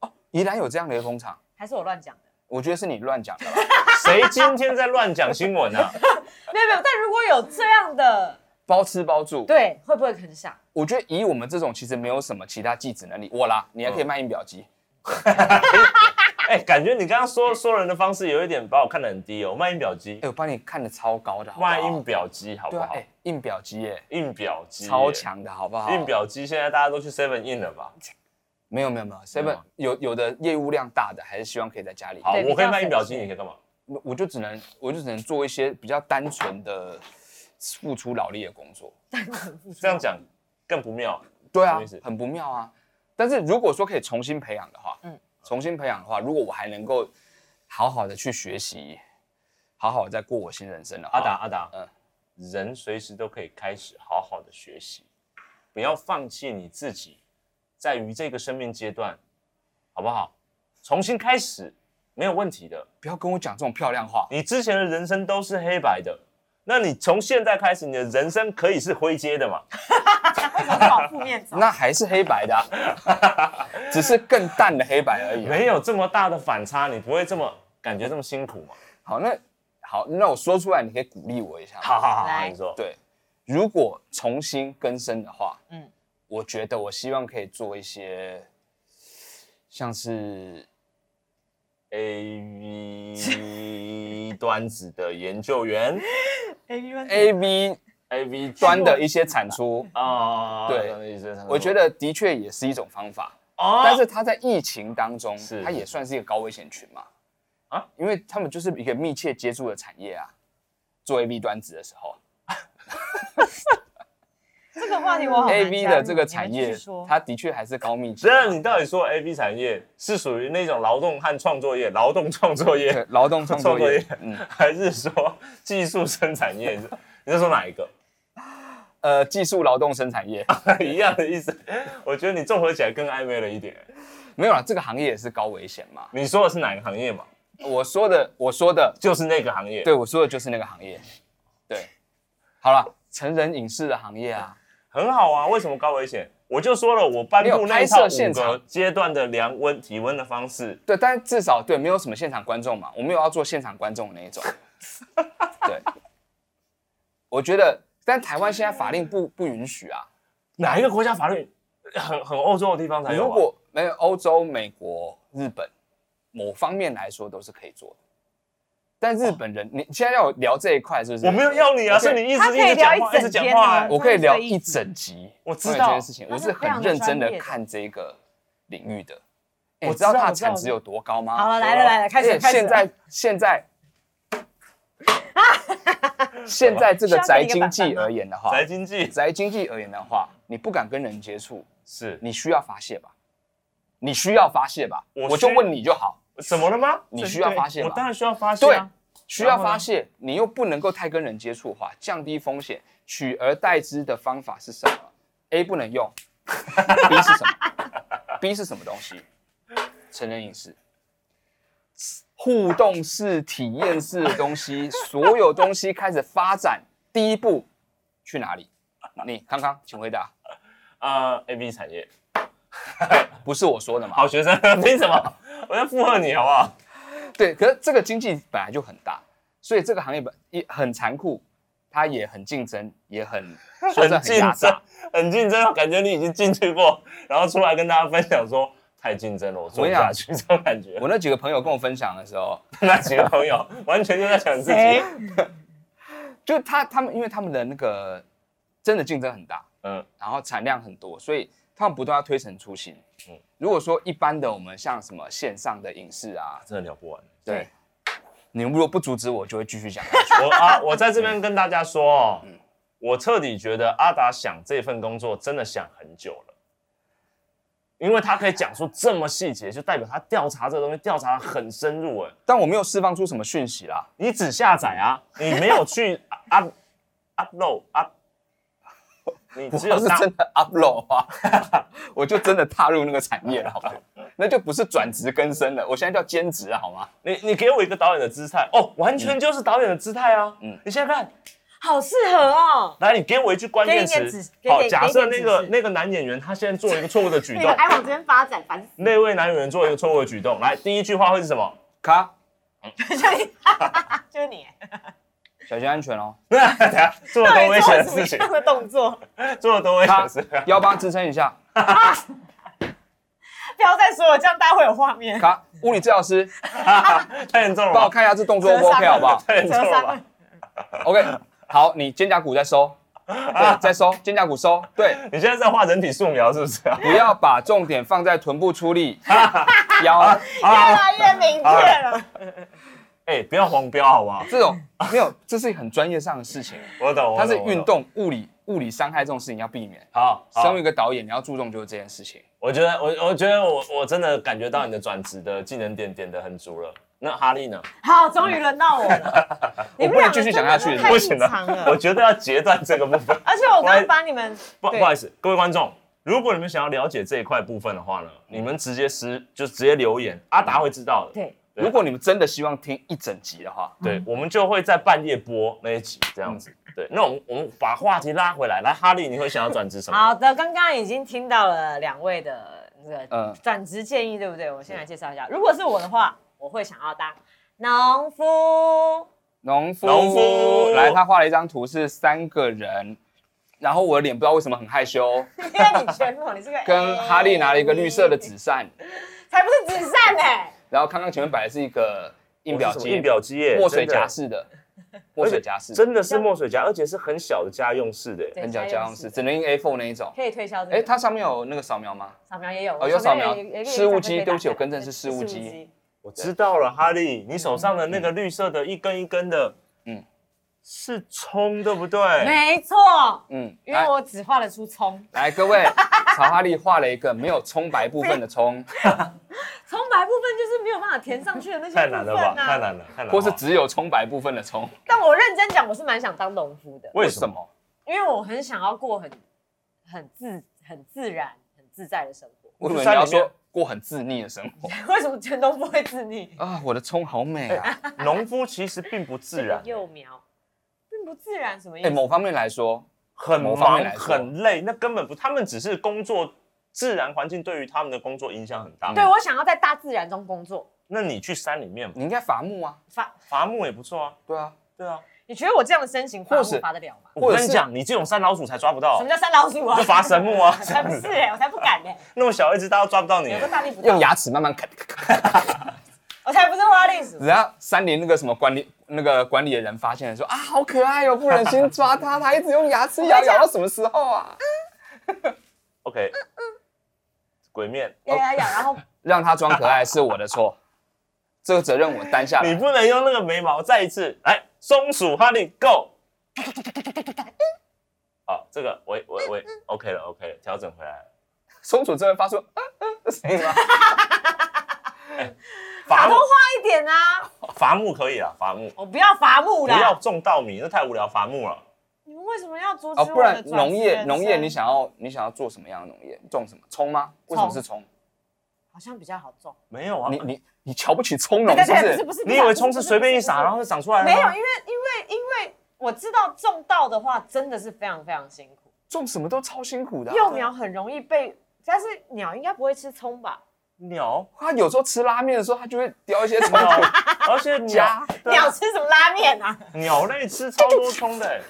哦，宜兰有这样的一个工厂，
还是我乱讲的？
我觉得是你乱讲的啦。
谁今天在乱讲新闻啊？
没有没有，但如果有这样的，
包吃包住，
对，会不会很傻？
我觉得以我们这种其实没有什么其他技职能力，我啦，你还可以
嗯
卖印表机，
哎、感觉你刚刚说说人的方式有一点把我看得很低哦。卖印表机
哎、，我帮你看的超高的好不好，
卖印表机好不
对啊，
好
哎、？印表机耶、
印表机
超，强的好不好？
印表机现在大家都去 Seven 印了吧？
没有没有没有
没有
，seven
吗
有有的业务量大的，还是希望可以在家里。
好，
对
我可以卖印表
比较省
机，
钱
你可以干嘛？
我我就只能我就只能做一些比较单纯的付出劳力的工作。啊
这样讲更不妙。
对
什
啊
么意思，
很不妙啊。但是如果说可以重新培养的话，嗯
嗯，
重新培养的话，如果我还能够好好的去学习，好好地再过我新人生的话，
阿达，阿达，
嗯
人随时都可以开始好好的学习，不要放弃你自己，在于这个生命阶段，好不好？重新开始没有问题的。
不要跟我讲这种漂亮话。
你之前的人生都是黑白的，那你从现在开始，你的人生可以是灰阶的嘛？
为什么往负面走？
那还是黑白的啊、 只是更淡的黑白而已啊、
没有这么大的反差，你不会这么感觉这么辛苦嘛？
好，那好，那我说出来，你可以鼓励我一下吗。
好好好，
来
你说，
对，如果重新更生的话，嗯
嗯，
我觉得我希望可以做一些像是
A V 端子的研究员
A B one
A V
，A V
端的一些产出，
啊，
对
懂你意思
我觉得的确也是一种方法。
哦
但是它在疫情当中
是，
它也算是一个高危险群嘛，啊
啊，
因为他们就是一个密切接触的产业啊，做 A V 端子的时候
这个话题我好
，A
哦难
V
加入
的这个产
你们
业
继续说，
它的确还是高密集
虽
嘛，
然你到底说 A B 产业是属于那种劳动和创作业、劳动创作业，
对劳动创作业
创作，
嗯，
还是说技术生产业？你在说哪一个？
呃，技术劳动生产业。
一样的意思。我觉得你综合起来更暧昧了一点。
没有啦，这个行业也是高危险嘛。
你说的是哪个行业嘛？
我说的，我说的，
就是那个行业。
对我说的就是那个行业。对，好了，成人影视的行业啊，
很好啊。为什么高危险？我就说了，我颁
没有
布那
拍
一
摄
套五
现
个
场
阶段的量温体温的方式，
对，但至少对没有什么现场观众嘛，我没有要做现场观众的 那一种。对，我觉得，但台湾现在法令不不允许啊。
哪一个国家法律很很欧洲的地方才有、啊？
如果没有欧洲、美国、日本某方面来说都是可以做的，但日本人，你现在要我聊这一块是不是？
哦我没有要你啊，是你一
他
直
可
一直
以
讲
聊
话，
一
一
整
直讲
天
话、
啊
我可以聊
他是这
一
意思
整集，
我知道
关于这件事情，
他
我
是
是很认真的看这一个领域的。哎你知道它的产值有多高吗？
好啊了，来了来了，开
而且
始开
哎
始
现
了。
在现在 现在这个宅经济而言的话，
哎宅经济
宅经济而言的话，你不敢跟人接触，
是
你需要发泄吧？你需要发泄吧？
我
我就
需
问你就好，
怎么了吗？
你需要发泄吗
我当然需要发泄
对
啊。，
需要
然后呢
发泄，你又不能够太跟人接触的话，降低风险，取而代之的方法是什么？A 不能用，B 是什么？B 是什么东西？成人饮食，互动式、体验式的东西，所有东西开始发展，第一步去哪里？你康康，请回答，
啊、a B 产业，
不是我说的嘛？
好学生， 凭什么？我在附和你好不好？
对，可是这个经济本来就很大，所以这个行业本也很残酷，它也很竞争，也很说真的
很
很
竞
压榨
争。， 很竞争，感觉你已经进去过，然后出来跟大家分享说太竞争了，我做不
啊
下去，这种感觉。
我那几个朋友跟我分享的时候，
那几个朋友完全就在想自己
谁，
就他他们因为他们的那个真的竞争很大，
嗯，
然后产量很多，所以他们不断要推陈出新。嗯
嗯，
如果说一般的我们像什么线上的影视啊，
真的聊不完。
对，你如果不阻止我，就会继续讲下 去。
我啊，我在这
嗯
边跟大家说哦，我彻底觉得阿达想这份工作真的想很久了，因为他可以讲出这么细节，就代表他调查这个东西调查得很深入哎。
但我没有释放出什么讯息啦，
你只下载啊，你没有去 up upload up，你
我
只有
要是
当
真的 upload 啊， 我就真的踏入那个产业了， 好吗？那就不是转职更生了，我现在叫兼职了，好吗？
嗯你你给我一个导演的姿态哦，完全就是导演的姿态啊！
嗯
你现在看，
好适合哦。
来，你给我一句关键
给你一个
词
指。给
好，
给
假设
给
那
你
个
指示啊
那个男演员他现在做了一个错误的举
你
动
们，哎还往这边发展，反正
那位男演员做一个错误的举动，来，第一句话会是什么？
卡，
就是你，就是你，
小心安全哦。
等一下做了多危险的事
到底做了什
情
么，样的动作，
做了多危险
卡
的事情。
幺八支撑一下，
不要再说了，这样大家会有画面。
卡，物理治疗师
太严重了
帮我
吧，
看一下这动作 O 不 OK 好不好
太严重了
折
吧
伤。
？OK，好，你肩胛骨再收，对，再收，肩胛骨收，对，
你现在在画人体素描是不 是啊？
不要把重点放在臀部出力，腰啊
越来越明确了。
哎，不要黄标好不好？
这种没有，这是很专业上的事情，
我懂，哦我
它
懂
是
我懂
运动物理物理伤害这种事情要避免。
好，好
身为一个导演，你要注重就是这件事情。
我觉得我我觉得我我真的感觉到你的转职的技能点点的很足了。那哈利呢？
好，终于轮到我了。你
我不能继续讲下去啊
们两
不
个
行
真的是太异常了
了，我觉得要截断这个部分。
而且我刚刚把你们
不
对
不好意思，各位观众，如果你们想要了解这一块部分的话呢，你们直接私就直接留言，阿达会知道的。
对，嗯
对
如果你们真的希望听一整集的话，
对，我们就会在半夜播那一集这样子。对，那我们我们把话题拉回来，来，哈利，你会想要转职
嗯
什么？
好的，刚刚已经听到了两位的那
嗯
个转职建议，对不对？我先来介绍一下，如果是我的话，我会想要当农 夫。
农夫，
农夫
来，他画了一张图是三个人，然后我的脸不知道为什么很害羞，
因为你全裸，你是个
跟哈利拿了一个绿色的，纸扇，
才不是纸扇 哎、
然后康康前面摆的是一个印表
我是什
机，
么印表机耶，
墨水
真的
夹，式 的，墨水夹式
真的是墨水夹，而且是很小的家用式的耶。
对
很小家用式，
家用式
只能用 A4 那一种。
可以推销这个。
哎，它上面有那个扫描吗？
扫描也有，
哦有扫描
也也也可以
事务
可
机
以打开
对不起我更正是事务机。
我知道了，哈利，你手上的那个绿色的一根一根的，嗯
嗯，
是葱，对不对？
没错，
嗯，
因为
来
我只画得出葱，
来，各位，曹哈利画了一个没有葱白部分的葱，
葱白部分就是没有办法填上去的那些、
太难了吧，
啊
太。难了，太难了。
或是只有葱白部分的葱，
但我认真讲，我是蛮想当农夫的，
为什么？
么？
因为我很想要过很很自很自然、很自在的生活。
我以
就
为你
山里
要说
面
过很自溺的生 活
为什么全都不会 自溺？
啊！我的葱好美啊！
农夫其实并不自然，
幼苗 并不自然，什么意
哎，
思？
某方面来说，
很
某方
忙
面来说
很累，那根本不，他们只是工作自然环境对于他们的工作影响很大。
欸
对，我想要在大自然中工作。
那你去山里面
你应该伐木啊，
发，
伐木也不错啊。
对啊，
对啊，
你觉得我这样的身形发
或
我
是哦
发得了吗？
或
我
者
跟
是
你讲，你这种山老鼠才抓不
什
到
么，叫山老鼠啊
就？伐神木啊，这
才
样
不是
子，
哎、 我才不敢呢、
那么小一只，大家都抓不到你
有。个大力不到
啊
用，牙齿慢慢啃，
我才不是花栗鼠。
人家山林那个什么管理那个管理的人发现了说啊，好可爱哦，不忍心抓它，它一直用牙齿咬，咬到什么时候啊？
OK，鬼面，
咬呀咬，然后
让它装可爱是我的错，这个责任我担下
你
来。
不能用那个眉毛。再一次，来，松鼠哈利 Go。好，这个我我
嗯
我 OK 了 OK 了，调整回来了。
松鼠真的发出嗯嗯的声音吗？
打
伐木
通画一点啊！
伐木可以啊，伐木
我不要伐木
不
啦！
要种稻米，那太无聊，伐木了。
你们为什么要阻止
啊，
我
不然
的转职人生
农业农业你想要你想要做什么样的农业？种什么？葱吗？为什么是葱？
好像比较好种。
没有啊，
你
你
你你瞧不起葱农
对
是不
对，
是
不？ 是不是，
以为葱是随便一撒然啊
后
后就长出来了吗？
没有，因为因为因为我知道种稻的话真的是非常非常辛苦，
种什么都超辛苦的啊。
幼苗很容易被，但是鸟应该不会吃葱吧？
鸟，
它有时候吃拉面的时候，它就会叼一些 葱。
鸟而且鸟
家
对
鸟
啊
吃什么拉面啊？
鸟类吃超多 葱的欸。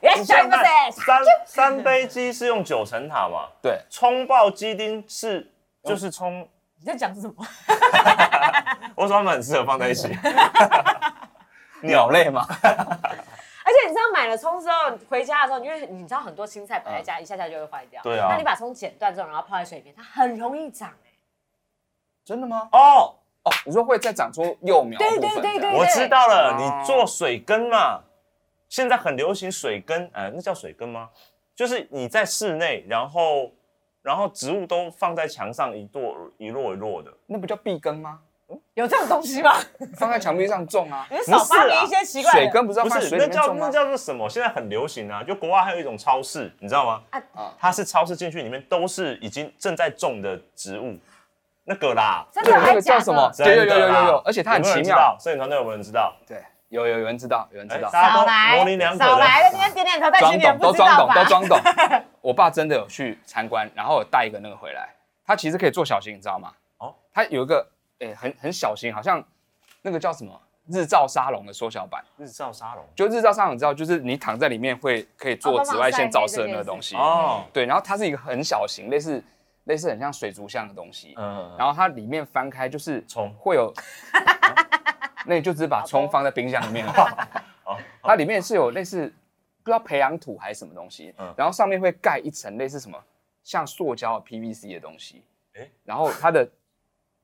也
你
想
想
不
看
得。
三三杯鸡是用九层塔嘛？
对，
葱爆鸡丁是就是葱，
你在讲什么？嗯
我说它们很适合放在 一起。
鸟类嘛，
而且你知道买了葱之后回家的时候，因为你知道很多青菜摆在家一下下就会坏掉，
对啊
那你把葱剪断之后，然后泡在水里面，它很容易长哎。
真的吗？
哦，
哦，你说会再长出幼苗的
对
部分
对对
这样
对
我知道了，
哦
你做水耕嘛，现在很流行水耕，哎，那叫水耕吗？就是你在室内，然后然后植物都放在墙上一垛一摞一摞的，
那不叫避耕吗？
有这种东西吗？
放在墙壁上种啊。
你少发明一些 奇怪的。
水根不是要
不
放在
是
水
那
里面
叫
种
那
吗？
叫做什么？现在很流行啊，就国外还有一种超市，你知道吗？
啊
它是超市进去里面都是已经正在种的植物，那个啦，
真
对，
的
那
还
个叫
假的？
什么？
真的
对，有有有有
啦
有，而且它很
有没有
奇
人知
妙。
道摄影团队有没有人知道？
对，有有有人知道，有人知
哎
道，
大家
少
都模
来
棱两，可
少
的。
来了，今天点点头，但
装
今天
懂
不
都
知
装
道
懂
吧？
都装懂。 我爸真的有去参观，然后有带一个那个回来。他其实可以做小型，你知道吗？
哦
哦，他有一个诶、很很小型，好像那个叫什么日照沙龙的缩小版。
日照沙龙
就日照沙龙，你知道，就是你躺在里面会可以
哦
做
帮忙
紫外
晒黑
线照射
这
的
件
那个
事
东西。
哦，
对，然后它是一个很小型，类似类似很像水族箱的东西。
嗯，
然后它里面翻开就是
葱
会有，啊那你就只把葱放在冰箱里面。
好，
它里面是有类似不知道培养土还是什么东西，
嗯
然后上面会盖一层类似什么像塑胶 PVC 的东西，
诶
然后它的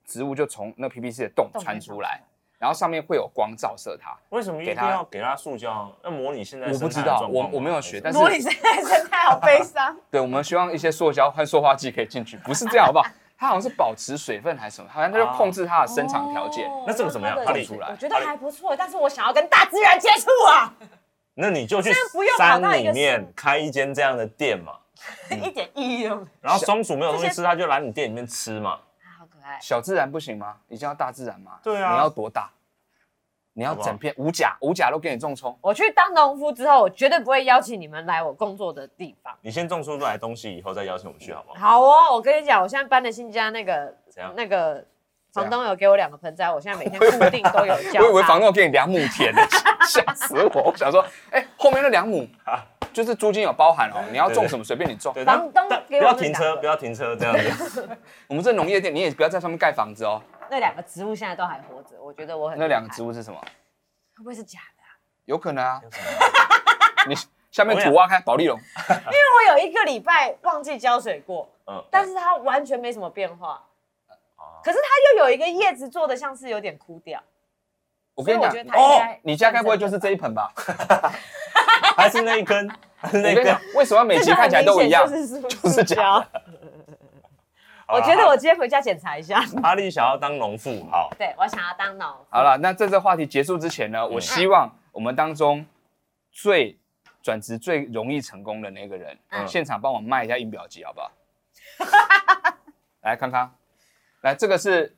植物就从那 PVC 的洞
洞
穿
里
出来，然后上面会有光照射它。
为什么一定
给它
要给它塑胶？要模拟现在
我不
生态
知
的
道
状况吗
我我没有学但是
罗里现在生态好悲伤，
对，我们希望一些塑胶和塑化剂可以进去，不是这样好不好？它好像是保持水分还是什么，好像它就
啊
控制它的生长条件。
哦
那这个怎么样
让
哈
它
利
的
出来
我觉得还不错，但是我想要跟大自然接触啊，
那你就去
这样不用跑
山
到一
里
个
面
树
开一间这样的店嘛，
嗯
一点意义都没有。
然后松鼠没有东西
这些
吃，它就来你店里面吃嘛。
啊，好可爱。
小自然不行吗？一定要大自然吗？
对啊
你要多大？你要
好不好
整片五甲，五甲都给你种葱。
我去当农夫之后，我绝对不会邀请你们来我工作的地方。
你先种出来东西，以后再邀请我们去好不好？
好哦，我跟你讲，我现在搬了新家，那个
怎样
那个房东有给我两个盆栽，我现在每天固定 都有浇。
我以为房东要给你两亩田 呢，吓死我！我想说，哎、后面那两亩就是租金有包含哦，你要种什么随便你种。
啊对，
房
但
东
但不
给我
要
们
停
两
车，
个
不要停车，这样子。
我们这农业店，你也不要在上面盖房子哦。
那两个植物现在都还活着，我觉得我很
那两个植
物
物是什么？
会不会是假的啊？
有可能 啊，你下面土挖开保利龙，
因为我有一个礼拜忘记浇水过，
嗯，
但是它完全没什么变化。
哦
啊
可是它又有一个叶子做的像是有点枯掉，
我
我
跟你讲
我觉，得它应该
哦，你家该不会就是这一盆吧？
还是那一根，还是
我 跟
那一
你
根
讲。，为什么每
这
集
个
看
很
起来都一样？
明显就
就是是
塑
假
胶。我觉得我今天回家检查一下。
我阿力想要当农妇，好，
对，我想要当脑。
好了，那在这话题结束之前呢，我希望我们当中最转职最容易成功的那个人，
嗯
现场帮我卖一下印表机，好不 好？来康康，来这个是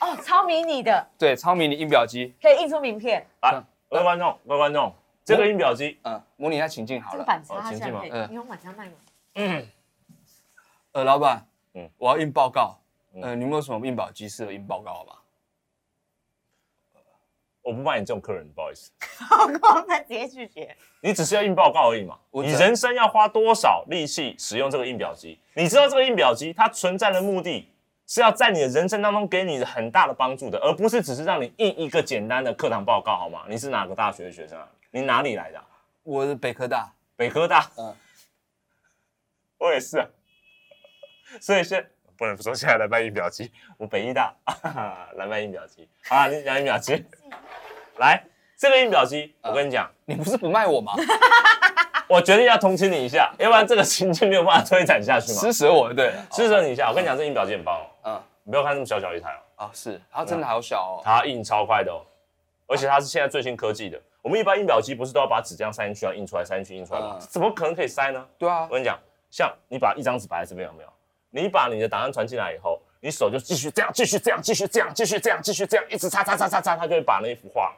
哦，超迷你的，
对超迷你印表机，
可以印出名片。
来，各位观众，各位观众，这个印表机
嗯、模拟一下情境好
这个
了。
板
哦
擦
请
现在
进
可以
嘛嗯，
你用板擦卖吗？
呃，老板，
嗯
嗯，我要印报告，
嗯
呃，你们有什么印表机适合印报告啊吧？
我不卖你这种客人，不好意思，
好过分，直接拒绝。
你只是要印报告而已嘛。
我
你
只
人生要花多少力气使用这个印表机？你知道这个印表机它存在的目的是要在你的人生当中给你很大的帮助的，而不是只是让你印一个简单的课堂报告，好吗？你是哪个大学的学生啊？你哪里来的啊、
我是北科大，
北科大。
嗯
我也是啊。所以现不能说现在来卖印表机，我北医大 来卖印表机。好啊啦，你讲印表机，来这个印表机，
嗯
我跟你讲，
你不是不卖我吗？
我决定要同情你一下，要不然这个情境没有办法推展下去嘛。
施舍我就对了，
施舍你一下，我跟你讲，这印表机很棒哦，
嗯，
你不要看这么小小一台哦，
哦是，它真的好小哦，
它印超快的哦，而且它是现在最新科技的。我们一般印表机不是都要把纸这样塞进去，要印出来，塞进去，印出来吗？
嗯
怎么可能可以塞呢？
对啊
我，跟你讲，像你把一张纸摆在这边有没有？你把你的档案传进来以后，你手就继续这样，继续这样，继续这样，继续这样，继续这样，一直擦擦擦擦擦，它就会把那一幅画，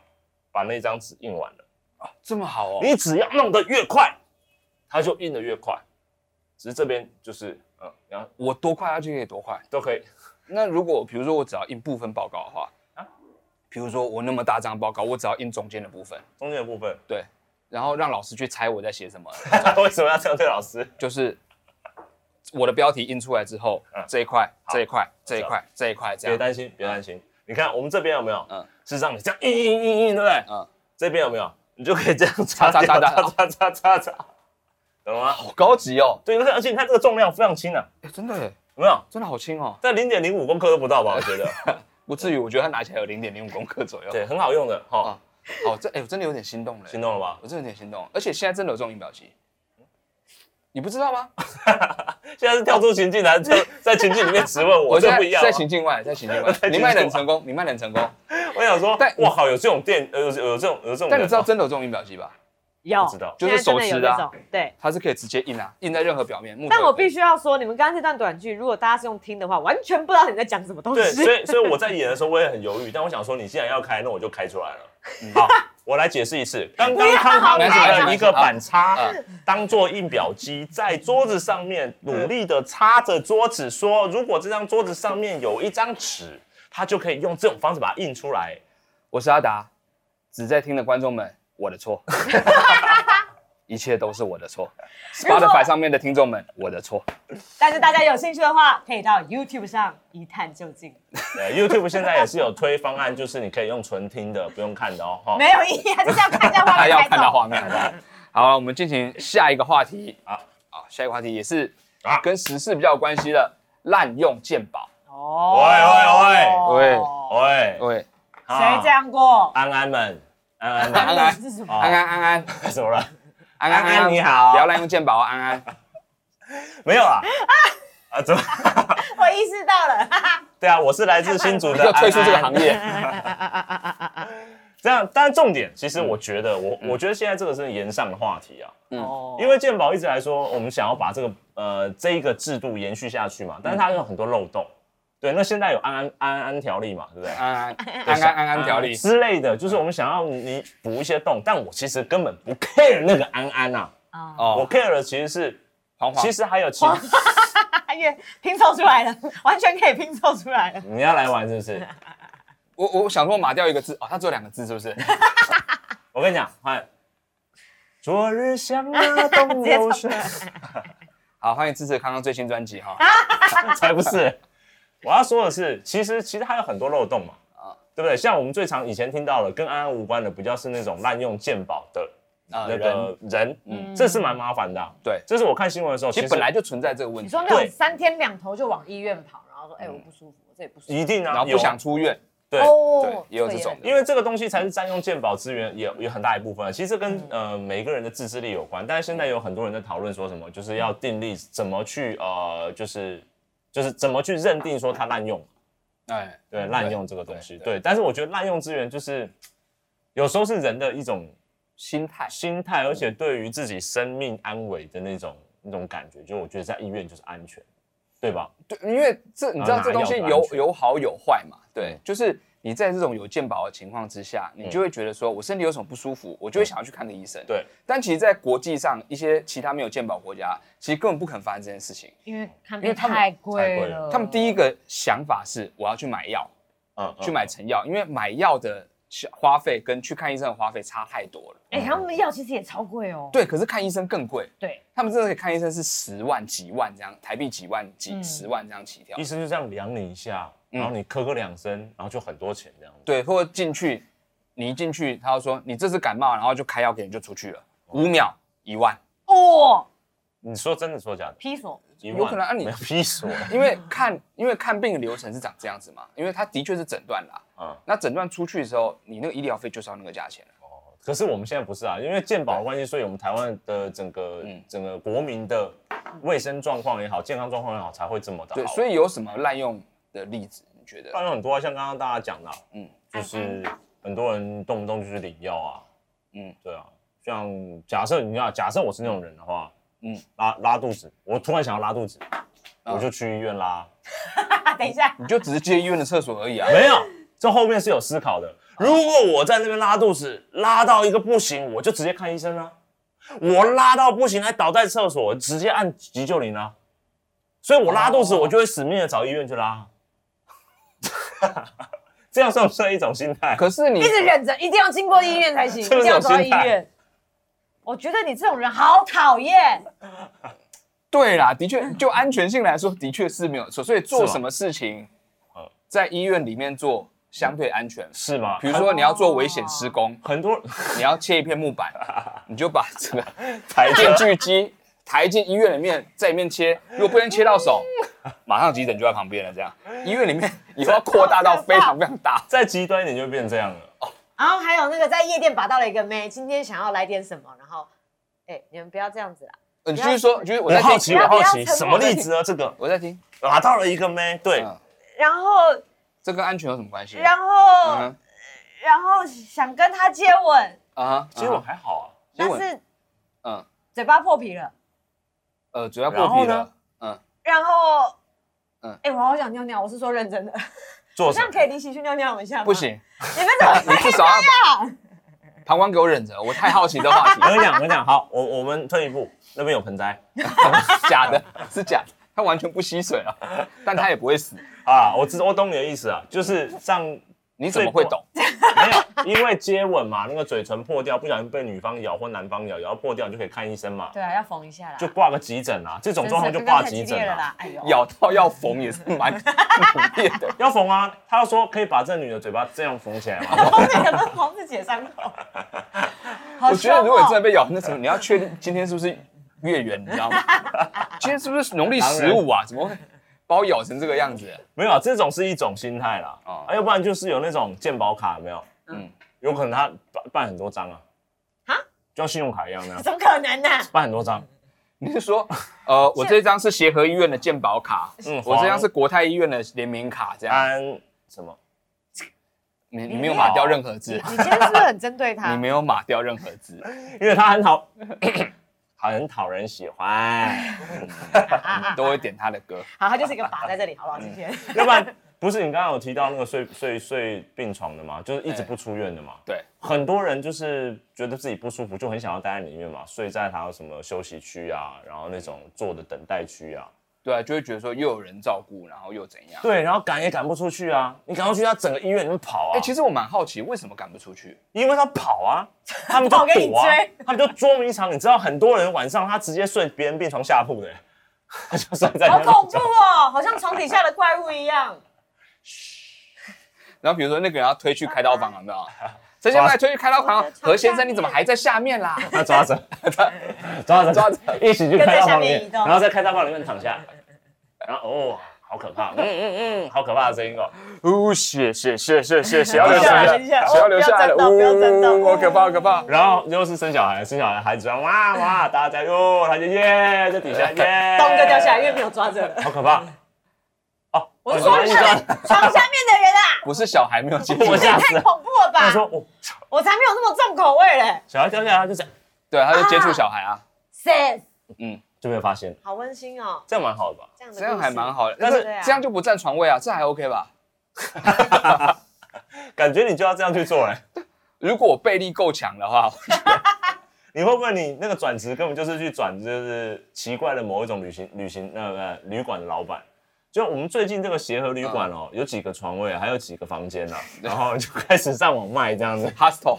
把那张纸印完了。
这么好哦，
你只要弄得越快，它就印得越快。只是这边就是，嗯，然后
我多快它就可以多快。
都可以。
那如果比如说我只要印部分报告的话，
啊
啊，比如说我那么大张报告，我只要印中间的部分，
中间的部分，
对，然后让老师去猜我在写什么，
为什么要这样对老师？
就是我的标题印出来之后
嗯，
这一块、
好
这一块、这
知
一
道
块、这一块这
别
样，
担心，别担心。你看我们这边有没有？嗯
嗯，
是让你这样印印印印，对不对？嗯
嗯，
这边有没有？你就可以这样擦
擦擦擦
擦擦擦
擦
擦擦擦擦，懂了吗？
好高级哦，
对，而且你看这个重量非常轻啊，
哎，真的耶，
有没有？
真的好轻哦，
但零点零五公克都不到吧？我觉得，
不至于，我觉得它拿起来有零点零五公克左右。
对，很好用的哈
啊，好，这哎，我真的有点心动了，
心动了吧？
我真的有点心动，而且现在真的有这种印表机，你不知道吗？
现在是跳出情境 来，在在情境里面质问我，
我
这
现在
不一样啊
在
吗。
情境外，在情境
我
外
在，
你
情
卖的
境外
很成功，你卖的很成功。
我想说
但，
哇靠，有这种店，呃有有这种有这种人哦，
但你知道真的有这种印表机吧？
有
不知道
就是手持的啊
现在真有那种对。
它是可以直接印啊，印在任何表面。木头
但我必
须
须要说，你们刚刚这段短剧，如果大家是用听的话，完全不知道你在讲什么东
对，所
西。
以所以我在演的时候我也很犹豫，但我想说，你既然要开，那我就开出来了。好，我来解释一次，刚刚康康
没事没事
拿了一个
没事
板擦
啊
当做印表机，在桌子上面努力的擦着桌子，说如果这张桌子上面有一张纸，他就可以用这种方式把它印出来。
我是阿达，只在听的观众们，我的错，一切都是我的错。
果
Spotify 上面的听众们，我的错。
但是大家有兴趣的话，可以到 YouTube 上一探究竟。
对，YouTube 现在也是有推方案，就是你可以用纯听的，不用看的哦。哈
没有意义，还啊是要看一下画
大
面
家 要
开头。
看到画面，好不好？ 好，我们进行下一个话题啊啊，下一个话题也是
啊
跟时事比较有关系的滥用鉴宝。
哦，
喂喂喂
喂，
对，
谁这样过？
安安们，安安们，
安安
是什么？
哦
安安安安
怎么了？
安安
安安你好
不要滥用鉴宝，安安。
没有啦。啊，怎么？
我意识到了，哈哈
对啊，我是来自新竹的
要
安安。
退出这个行 业，
这样，但重点，其实我觉得，我
嗯
我觉得现在这个是延上的话题啊，
哦
因为健保一直来说，我们想要把这个呃这一个制度延续下
嗯
去嘛，但是它有很多漏洞。对，那现在有安安安安条例嘛，对不对？
安安安安安安条例。
之类的，就是我们想要你补一些洞，但我其实根本不 care 那个安安啊，
啊，
哦
我，care 的其实是，
黄黄
其，实还有其，
哎呀，拼凑出来了， 完全可以拼凑出来了。
你要来玩是不是？
我我想说码掉一个字哦，它只有两个字，是不是？
我跟你讲，看，昨日香啊动又生，
好，欢迎支持康康最新专辑哈。
啊
才不是。我要说的是，其实其实还有很多漏洞嘛，啊，对不对？像我们最常以前听到的，跟安安无关的，比较是那种滥用鉴宝的
啊
那
人嗯
个人，这是蛮麻烦的啊、
对
这是我看新闻的时候，
其
其
实
实
本来就存在这个问
你
题
说，那种
对
三天两头就往医院跑，然后
嗯
说，哎，我不舒服，我这里不舒服，
一定
然
啊，
后不
有
想出院，
对。
哦
对，也有这种
个
因为这个东西才是占用鉴宝资源也有很大一部分啊，其实这跟
嗯
呃每个人的自制力有关。但是现在有很多人在讨论说什么，就是
嗯
要订立怎么去呃，就是就是怎么去认定说它滥用，
哎，
对，滥用这个东西，
对
对。但是我觉得滥用资源就是有时候是人的一种
心态。
心态，而且
嗯
对于自己生命安危的那种那种感觉，就我觉得在医院就是安全，对吧？
对，因为这你知道
哪
这东西
有
有
安全
有好有坏嘛，对
嗯，
就是你在这种有健保的情况之下，你就会觉得说我身体有什么不舒服，我就会想要去看个医生。
嗯对，
但其实，在国际上一些其他没有健保国家，其实根本不肯发生这件事情。
因为看
因
病
为他们
太
太
贵
贵了
了，
他们第一个想法是我要去买药，
嗯，
去买成药，因为买药的花费跟去看医生的花费差太多了。
哎、他们的药其实也超贵哦。
对，可是看医生更贵，
对，
他们真的可以看医生是十万、几万这样，台币几万、几
嗯
十万这样起跳
医。生就这样量你一下，
嗯
然后你咳个两声，然后就很多钱这样子。
对，或者进去，你一进去，他就说你这是感冒，然后就开药给你就出去了，五秒一万，
哦，
你说真的说假的？
批索
一万
有可能啊你
没有批锁，
因为看因为看病的流程是长这样子嘛，因为他的确是诊断啦，
嗯，
那诊断出去的时候，你那个医疗费就是要那个价钱了。
嗯可是我们现在不是啊，因为健保的关系，所以我们台湾的整个、
嗯
整个国民的卫生状况也好，健康状况也好，才会这么的好。啊
对，所以有什么滥用的例子？你觉得？
当然很多啊，像刚刚大家讲的啊、
嗯
就是很多人动不动就去领药啊，
嗯
嗯，对啊，像假设你要假设我是那种人的话，
嗯
嗯，拉拉肚子，我突然想要拉肚子，我就去医院拉，
啊，等一下，
你就只是接医院的厕所而已啊。
没有，这后面是有思考的。如果我在那边拉肚子，拉到一个不行，我就直接看医生啦、啊我拉到不行，还倒在厕所，我直接按急救铃啦、所以我拉肚子，
哦
我就会死命的找医院去拉。啊 这样算不算一种心态？
可是你
一直忍着，一定要经过医院才行，一
这
定
是
要
种
走到医
心态
院。我觉得你这种人好讨厌，
对啦，的确，就安全性来说，的确嗯是没有错。所以做
是吗
什么事情
呃，
在医院里面做相对安全。哦
是吗？
比如说你要做危险施工，
很多
你要切一片木 板，你就把这个
台
电锯机 抬进医院里面，在里面切。如果不能切到手，马上急诊就在旁边了。这样，医院里面以后要扩大到非常非常 大。
再极端一点就变这样了。
然后还有那个在夜店把到了一个妹，今天想要来点什么，然后，哎、你们不要这样子啦，
呃你继续说，就是我
我
在
好
听，
奇，
不
我
要
好
不
奇
要沉
什
默
么例子呢？这个
我在听，
拉到了一个妹，对，
嗯，
然后，
这跟安全有什么关系？
然
嗯
后，
哼
然后想跟他接吻，
啊，
其实我还好啊。
接
但
吻
是
嗯
嘴巴破皮了，
呃，主要
然
破
后
皮
呢
了，嗯，
然后，
嗯
哎、我好想尿尿，我是说认真的，
做
这
什
样
么？
可以离席去尿尿一下吗？
不，行，
你们怎么
你至少要
这样？
膀胱给我忍着，我太好奇这话题
我
了，
跟你讲，我跟你讲，好，我我们退一步，那边有盆栽
假的，是假的，它完全不吸水啊，但它也不会死，
啊，我知我懂你的意思啊，就是上
你怎么会 懂？
没有，因为接吻嘛，那个嘴唇破掉，不小心被女方咬或男方咬，咬到破掉你就可以看医生嘛，
对啊，要缝一下啦。
就挂个急诊啊，这种
真
状
是
况就
刚刚
挂
太
急
激
诊
烈了
啊。
啦，哎呦，
咬到要缝也是蛮努力的。
要缝啊，他要说可以把这女的嘴巴这样缝起来吗？
然后那个都黄自己的伤 口，好
我觉得
凶
如果真的
哦！
被咬，那什么，你要确定今天是不是月圆，你知 道吗？今天是不是农历十五啊？怎么会把我咬成这个样子？
没有啊，这种是一种心态啦。
哦
啊，要不然就是有那种健保卡，有没有？
嗯
嗯，有可能他办办很多张啊，
啊，
就像信用卡一样那 样，
怎么可能呢？
办很多张。
你是 说，呃，我这张是协和医院的健保卡，
嗯
我这张是国泰医院的联名卡，这样
安什么？
你你没有码掉任何字，
你今天是不是很针对
你
他？
没有码掉任何字，
因为他很讨， 好很讨人喜欢，
你都会点他的歌。
啊好，它就是一个靶在这里，好不好？今天
嗯
要不然不是你刚刚有提到那个睡睡睡病床的嘛，就是一直
哎
不出院的嘛。
对，
很多人就是觉得自己不舒服，就很想要待在里面嘛，睡在他有什么休息区啊，然后那种坐的等待区啊，
对啊，就会觉得说又有人照顾，然后又怎样？
对，然后赶也赶不出去啊，你赶出去，他整个医院里面跑啊，
哎，其实我蛮好奇，为什么赶不出去？
因为他跑 啊，他们就
跑给你
躲啊
追，
他们就捉迷藏，你知道很多人晚上他直接睡别人病床下铺的，他就睡在
好
那里
恐怖哦，好像床底下的怪物一样。
然后比如说那个人要推去开刀房，有没有？陈先生推去开刀房，何先生你怎么还在下面 啦？
他抓着，抓着，
抓着，
一起去开到
跟
旁
在下面移
边，
动
然后在开到旁里面躺下，然后哦，好可怕，嗯嗯嗯，好可怕的声音哦，
哦，血血血血血血
要
要
流
流
下
下
来
来
等一下
了，血要流下来了，
哦不要震动不要震动
呜，好可怕，好可怕！
然后又是生小孩，生小孩孩子啊哇哇，大家加油，他就耶，在底下耶，
咚就掉下来，因为没有抓着了。
好可怕，哦，
我说
一
你们床下面的人啊，
不是小孩没有接触
我，吓死
太
了，
恐怖了
他
吧！
说哦，
我才没有那么重口味嘞。
小孩掉下来，他就这样
对，他就接触小孩啊，
Says，
就没有发现，
好温馨哦，
这样蛮好的吧？
这样的
这样还蛮
好。
好的，
但
但
是
是
对啊
这样就不占床位啊，这还 OK 吧？
感觉你就要这样去做 哎。
如果我背力够强的话，。
你会不会你那个转职根本就是去转就是奇怪的某一种旅行旅行那个旅馆的老板？就我们最近这个协和旅馆哦，有几个床位，还有几个房 间呐、然后就开始上网卖这样子
hostel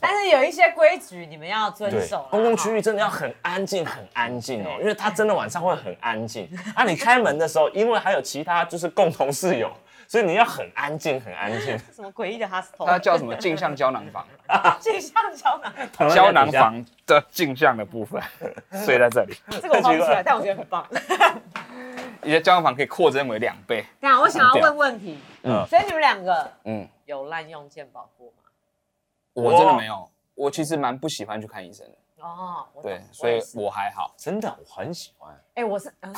但是有一些规矩你们要遵
对
守啦，，
公共区域真的要很安静，很安静哦，因为它真的晚上会很安 静。啊，你开门的时候，因为还有其他就是共同室友，所以你要很安静，很安静。
哦什么诡异的 hostel，
它叫什么镜像胶囊房，
镜像胶 囊，
胶囊，房的镜像的部分 睡在这里，
这个我放不出来，但我觉得很 棒。
你的胶囊房可以扩增为两倍，
那我想要问问题，
嗯
所以你们两个
嗯，
有滥用健保过吗？
我真的没有，我其实蛮不喜欢去看医生的，
哦，我懂
对，所以
我也是
我还好。
真的我很喜欢。
哎，我是嗯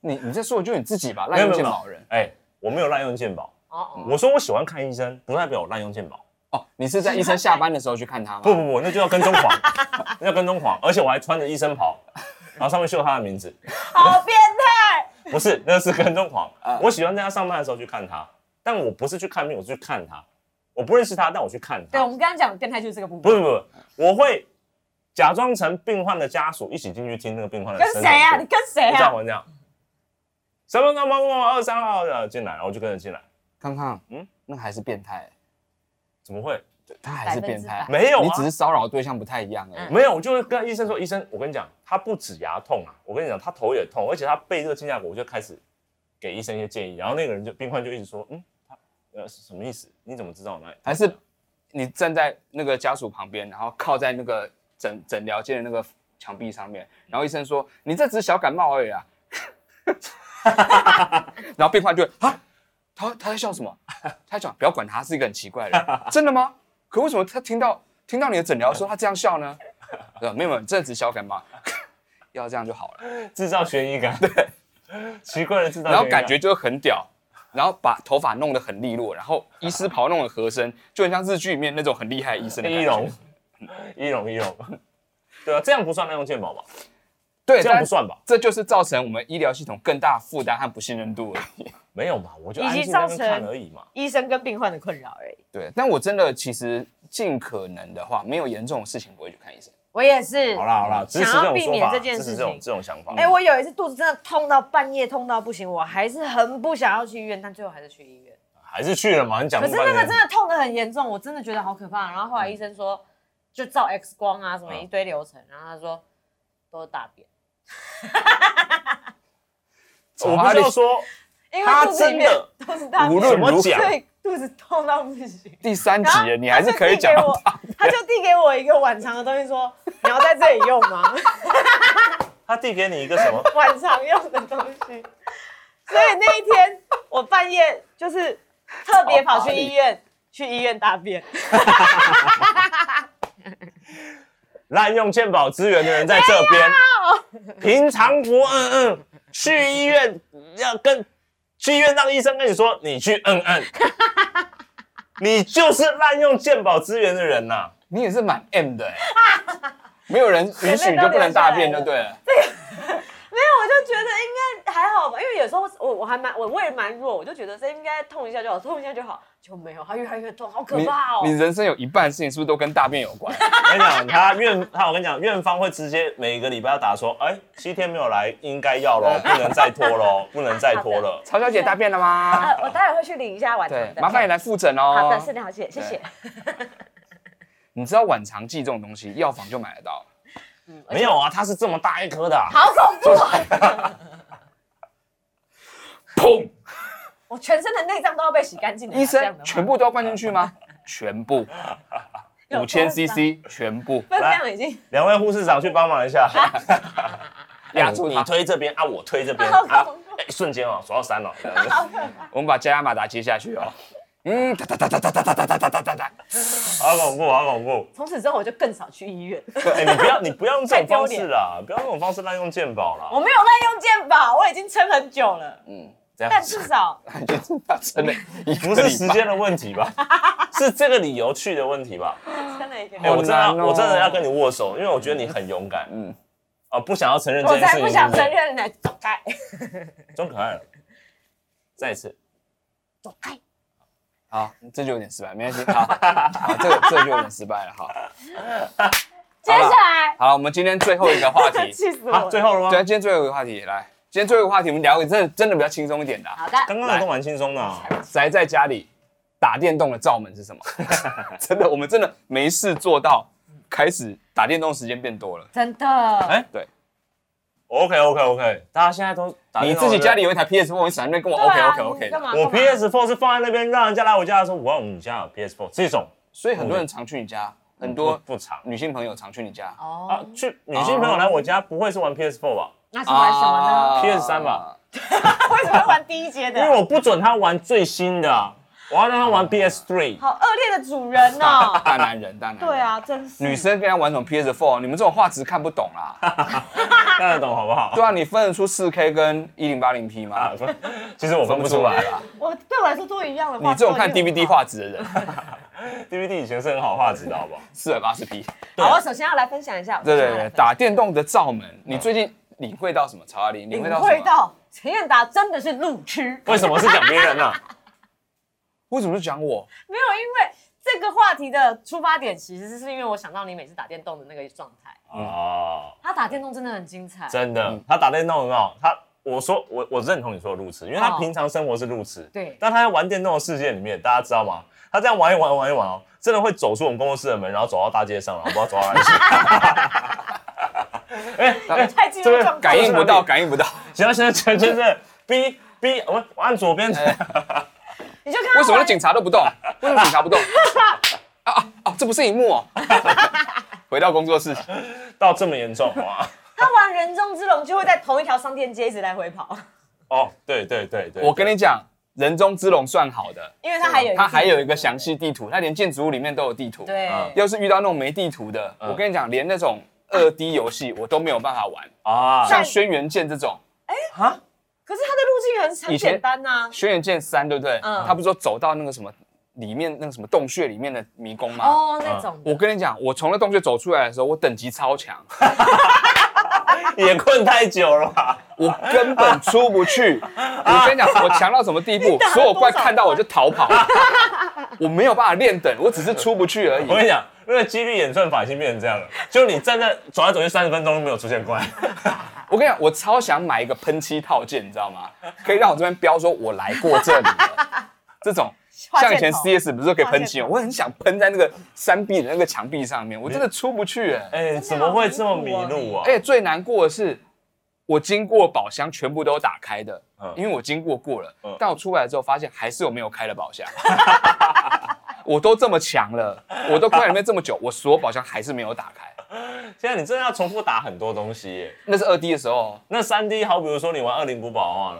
你你在说的就是你自己吧，
没
滥
有
用
没有
健
没有
保人。
哎，我没有滥用健保，
哦哦，
我说我喜欢看医生，不代表我滥用健保。
哦，你是在医生下班的时候去看他吗？
不不不，那就要跟踪狂， 那要跟踪狂，而且我还穿着医生袍，然后上面绣他的名字，
好变态，
不是，那是跟踪狂。
啊
我喜欢在他上班的时候去看他，但我不是去看病，我是去看他。我不认识他，但我去看
对，
他
我。们刚刚讲变态就是这个部
不
分。
是不是，我会假装成病患的家属一起进去听那个病患的
跟
声音。
谁啊？你跟谁
就像
啊？
我这样，什么什么什么二三号的进来，然后我就跟着进来。
康康，
嗯
嗯，那还是变态，
怎么会？
他还是变态
百分之百，嗯
没有啊
你只是骚扰对象不太一样而已。
没有，我就会跟医生说，医生，我跟你讲，他不止牙痛啊，我跟你讲，他头也痛，而且他被这个惊吓过，我就开始给医生一些建议，然后那个人就病患就一直说，嗯，他呃什么意思？你怎么知道我哪里？
还是你站在那个家属旁边，然后靠在那个诊诊疗间的那个墙壁上面，然后医生说你这只是小感冒而已啊， 然后病患就会啊，他他在笑什么？他在讲不要管他，是一个很奇怪的人，真的吗？可为什么他听到听到你的诊疗的时候，他这样笑呢？呃，没有没有，这只是小感冒， 要这样就好了。
制造悬疑感，对， 奇怪的制造悬疑感，
然后感觉就很屌，然后把头发弄得很利落，然后医师袍弄得合身，就很像日剧里面那种很厉害的医生的感
一
觉
龙。，一龙一龙，对啊，这样不算滥用健保吧？
对，
这样
但
不算吧？
这就是造成我们医疗系统更大负担和不信任度而已。
没有嘛，我就
以及
安静在那
造
边
成
看而已嘛。
医生跟病患的困扰而已。
对，但我真的其实尽可能的话，没有严重的事情不会去看医生。
我也是。
好啦好啦，支持这
想要
种
避
说
免
法，
这件
支持
事
这种
情。
这种想法。
哎、我有一次肚子真的痛到半夜，痛到不行，我还是很不想要去医院，但最后还是去医院。
还是去了嘛，你讲
可
不
是
半
那个
天
真的痛得很严重，我真的觉得好可怕。然后后来医生说，就照 X 光啊，什么
嗯
一堆流程。然后他说都是大便，
我不知道说
因为
他
肚子里
真
面
的
都是大
无
便，
论如何
怎么讲
所以肚子痛到不行。
第三集
然后
了，你还是可以讲
啊他
到
就递给我，他就递给我一个晚长的东西说，你要在这里用吗？
他递给你一个 什么
晚常用的东西。所以那一天我半夜就是特别跑去医院，去医院大便。
滥用健保资源的人在这
哎
边，平常不嗯嗯，去医院要跟去医院让医生跟你说你去嗯 嗯，你就是滥用健保资源的人呐、
你也是蛮 M 的、欸，没有 人允许你
前面都
就不能大便
留下来了
就对了。
没有，我就觉得应该还好吧，因为有时候我我还蛮我胃蛮弱，我就觉得这应该痛一下就好，痛一下就好，就没有，它越来越痛，好可怕哦
你。你人生有一半的事情是不是都跟大便有关？
我跟你讲，他院他我跟你讲，院方会直接每个礼拜要打说，哎、七天没有来，应该 要咯，不能再拖咯，不能再拖了。
曹小姐大便了
啊
吗？，
我待会会去领一下晚
对
餐，的。
麻烦你来复诊哦。
好的，是了解，谢谢。
你知道晚肠剂这种东西，药房就买得到。
没有啊，他是这么大一颗的、啊，
好恐怖啊！
砰！
我全身的内脏都要被洗干净了。
医
这样
生
的话
全部都要灌进去吗？全 部，
有
五千
多脏
CC 全部
分量已经
两位护士长去帮忙 一下，
哎
压住
你
它。
推这边啊，我推这边
好
啊
恐怖，
哎、瞬间哦，数到三了、这样子
我们把加压马达接下去 哦。嗯，哒哒哒哒哒哒哒哒哒哒哒哒。
好恐怖，好恐 怖！
从此之后我就更少去医院。
哎、你不要，你不要用这种方
太丢
式啦，不要用这种方式滥用健保
我
啦。
没有滥用健保，我已经撑很久了，
这 样
但至少
就是发生 了一个
不是
礼
时
拜
间的问 题吧？是这个理由去的问题吧？
撑了一个
哎、
月。
我真的要，
好难哦
我真的要跟你握手，因为我觉得你很勇敢。嗯
嗯，
啊，不想要承认这
我
件事
才
情，
不想
对对
承认呢，走开，
装可爱了。再一次，
走开。
好，这就有点失败，没关系。好，好，这个这个就有点失败了。好，
接下来，
好了，我们今天最后一个话题，
气死我
好、
了！
最后了
对，
吗？
今天最后一个话题来，今天最后一个话题我们聊个真的真的比较轻松一点的啊、
好的，
刚刚的都蛮轻松的啊、
宅在家里打电动的罩门是什么？ 真的，我们真的没事做到，开始打电动时间变多了。
真的，
OK OK OK，大家现在都打
你
电脑
自己
对不对
家里有一台 PS 我你闪那边跟我
对
OK
啊
OK
你
OK
干嘛？
的，
我
干嘛
PS4 是放在那边，让人家来我家的时候，我要你家有 PS4 这种
所以很
嗯
多人常去你家，很
不
多
不长
女性朋友常去你家。
啊
哦，，
去女性朋友来我家不会是玩 PS4 吧？
那是玩什
啊
啊
么呢？
PS3 吧，
为什么会玩第一节的
因？为我不准他玩最新的啊，我要让他玩 PS3。
好恶劣的主人哦
！大男人，大男人。
对，啊，真是
女生跟人家玩什么 PS4，你们这种画质看不懂啦。
看得懂好不好？
对啊，你分得出 4K 跟 1080P 吗
啊？，不其实我分不出来啦。
我对我来说都一样的
啊你
话。
这种看
都一样
DVD 画质的人
DVD 以前是很好画质的，好不好？
，480P。
好，我首先要来分享一下。我
对
先
对对，
要来分享
打电动的罩门，你最近领会到什么？曹阿丽，领
领
会到什
会
么？
到陈彦达真的是路痴。
为什么是讲别人啊呢？
为什么是讲我？
没有，因为这个话题的出发点其实是因为我想到你每次打电动的那个状态。
啊，
他打电动真的很精彩，
真的，他打电动很好。他我说我我认同你说的路痴，因为他平常生活是路痴。
对
但他在玩电动的世界里面，大家知道吗？他这样玩一玩玩一玩哦，真的会走出我们工作室的门，然后走到大街上，然后不知道走到哪里去。啊
太进入
这个
状
感
态
应
了。
不到，感应不到。
行啊了行了，真真是逼逼，我们我按左边。
你就看他
为什么
玩
警察都不动？为什么警察不 动？啊啊啊！这不是荧幕哦。 回到工作室，
到这么严重啊？
他玩人中之龙就会在同一条商店街一直来回跑，
哦，对对对对，
我跟你讲，人中之龙算好的，
因为他还有
它还有一个
想
详细地图，它连建筑物里面都有地图。
对
嗯
要是遇到那种没地图的，
嗯
我跟你讲，连那种二 D 游戏我都没有办法玩，
啊
像《轩辕剑》这种，
啊，
可是他的路径很很
以前
简单呐。
《轩辕剑三》对不对？
嗯
他不是说走到那个什么里面那个什么洞穴里面的迷宫吗？
哦，那种
啊我
的
跟你讲，我从那洞穴走出来的时候，我等级超强，
也困太久了吧？
我根本出不 去。我跟你讲，我强到什么地步
你打，了
所有怪
多少
看到我就逃 跑，我没有办法练等，我只是出不去而已
我。跟你讲，那个几率演算法已经变成这样了，就你站在走来走去三十分钟都没有出现怪，
我跟你讲，我超想买一个喷漆套件，你知道吗？可以让我这边标说我来过这里了，这种。
画
像以
箭
前
头
CS 不是都可以喷漆吗？
画箭头
我很想喷在那个山壁的那个墙壁上面，我真的出不去哎、
哎、怎么会这么迷路啊？
而且最难过的是，我经过宝箱全部都打开的，
嗯
因为我经过过了。
嗯
但我出来之后发现还是有没有开的宝箱。 我都这么强了，我都关在里面这么久，我所有宝箱还是没有打开。
现在你真的要重复打很多东西耶。
那是二 D 的时候，
那三 D 好，比如说你玩《恶灵古堡》好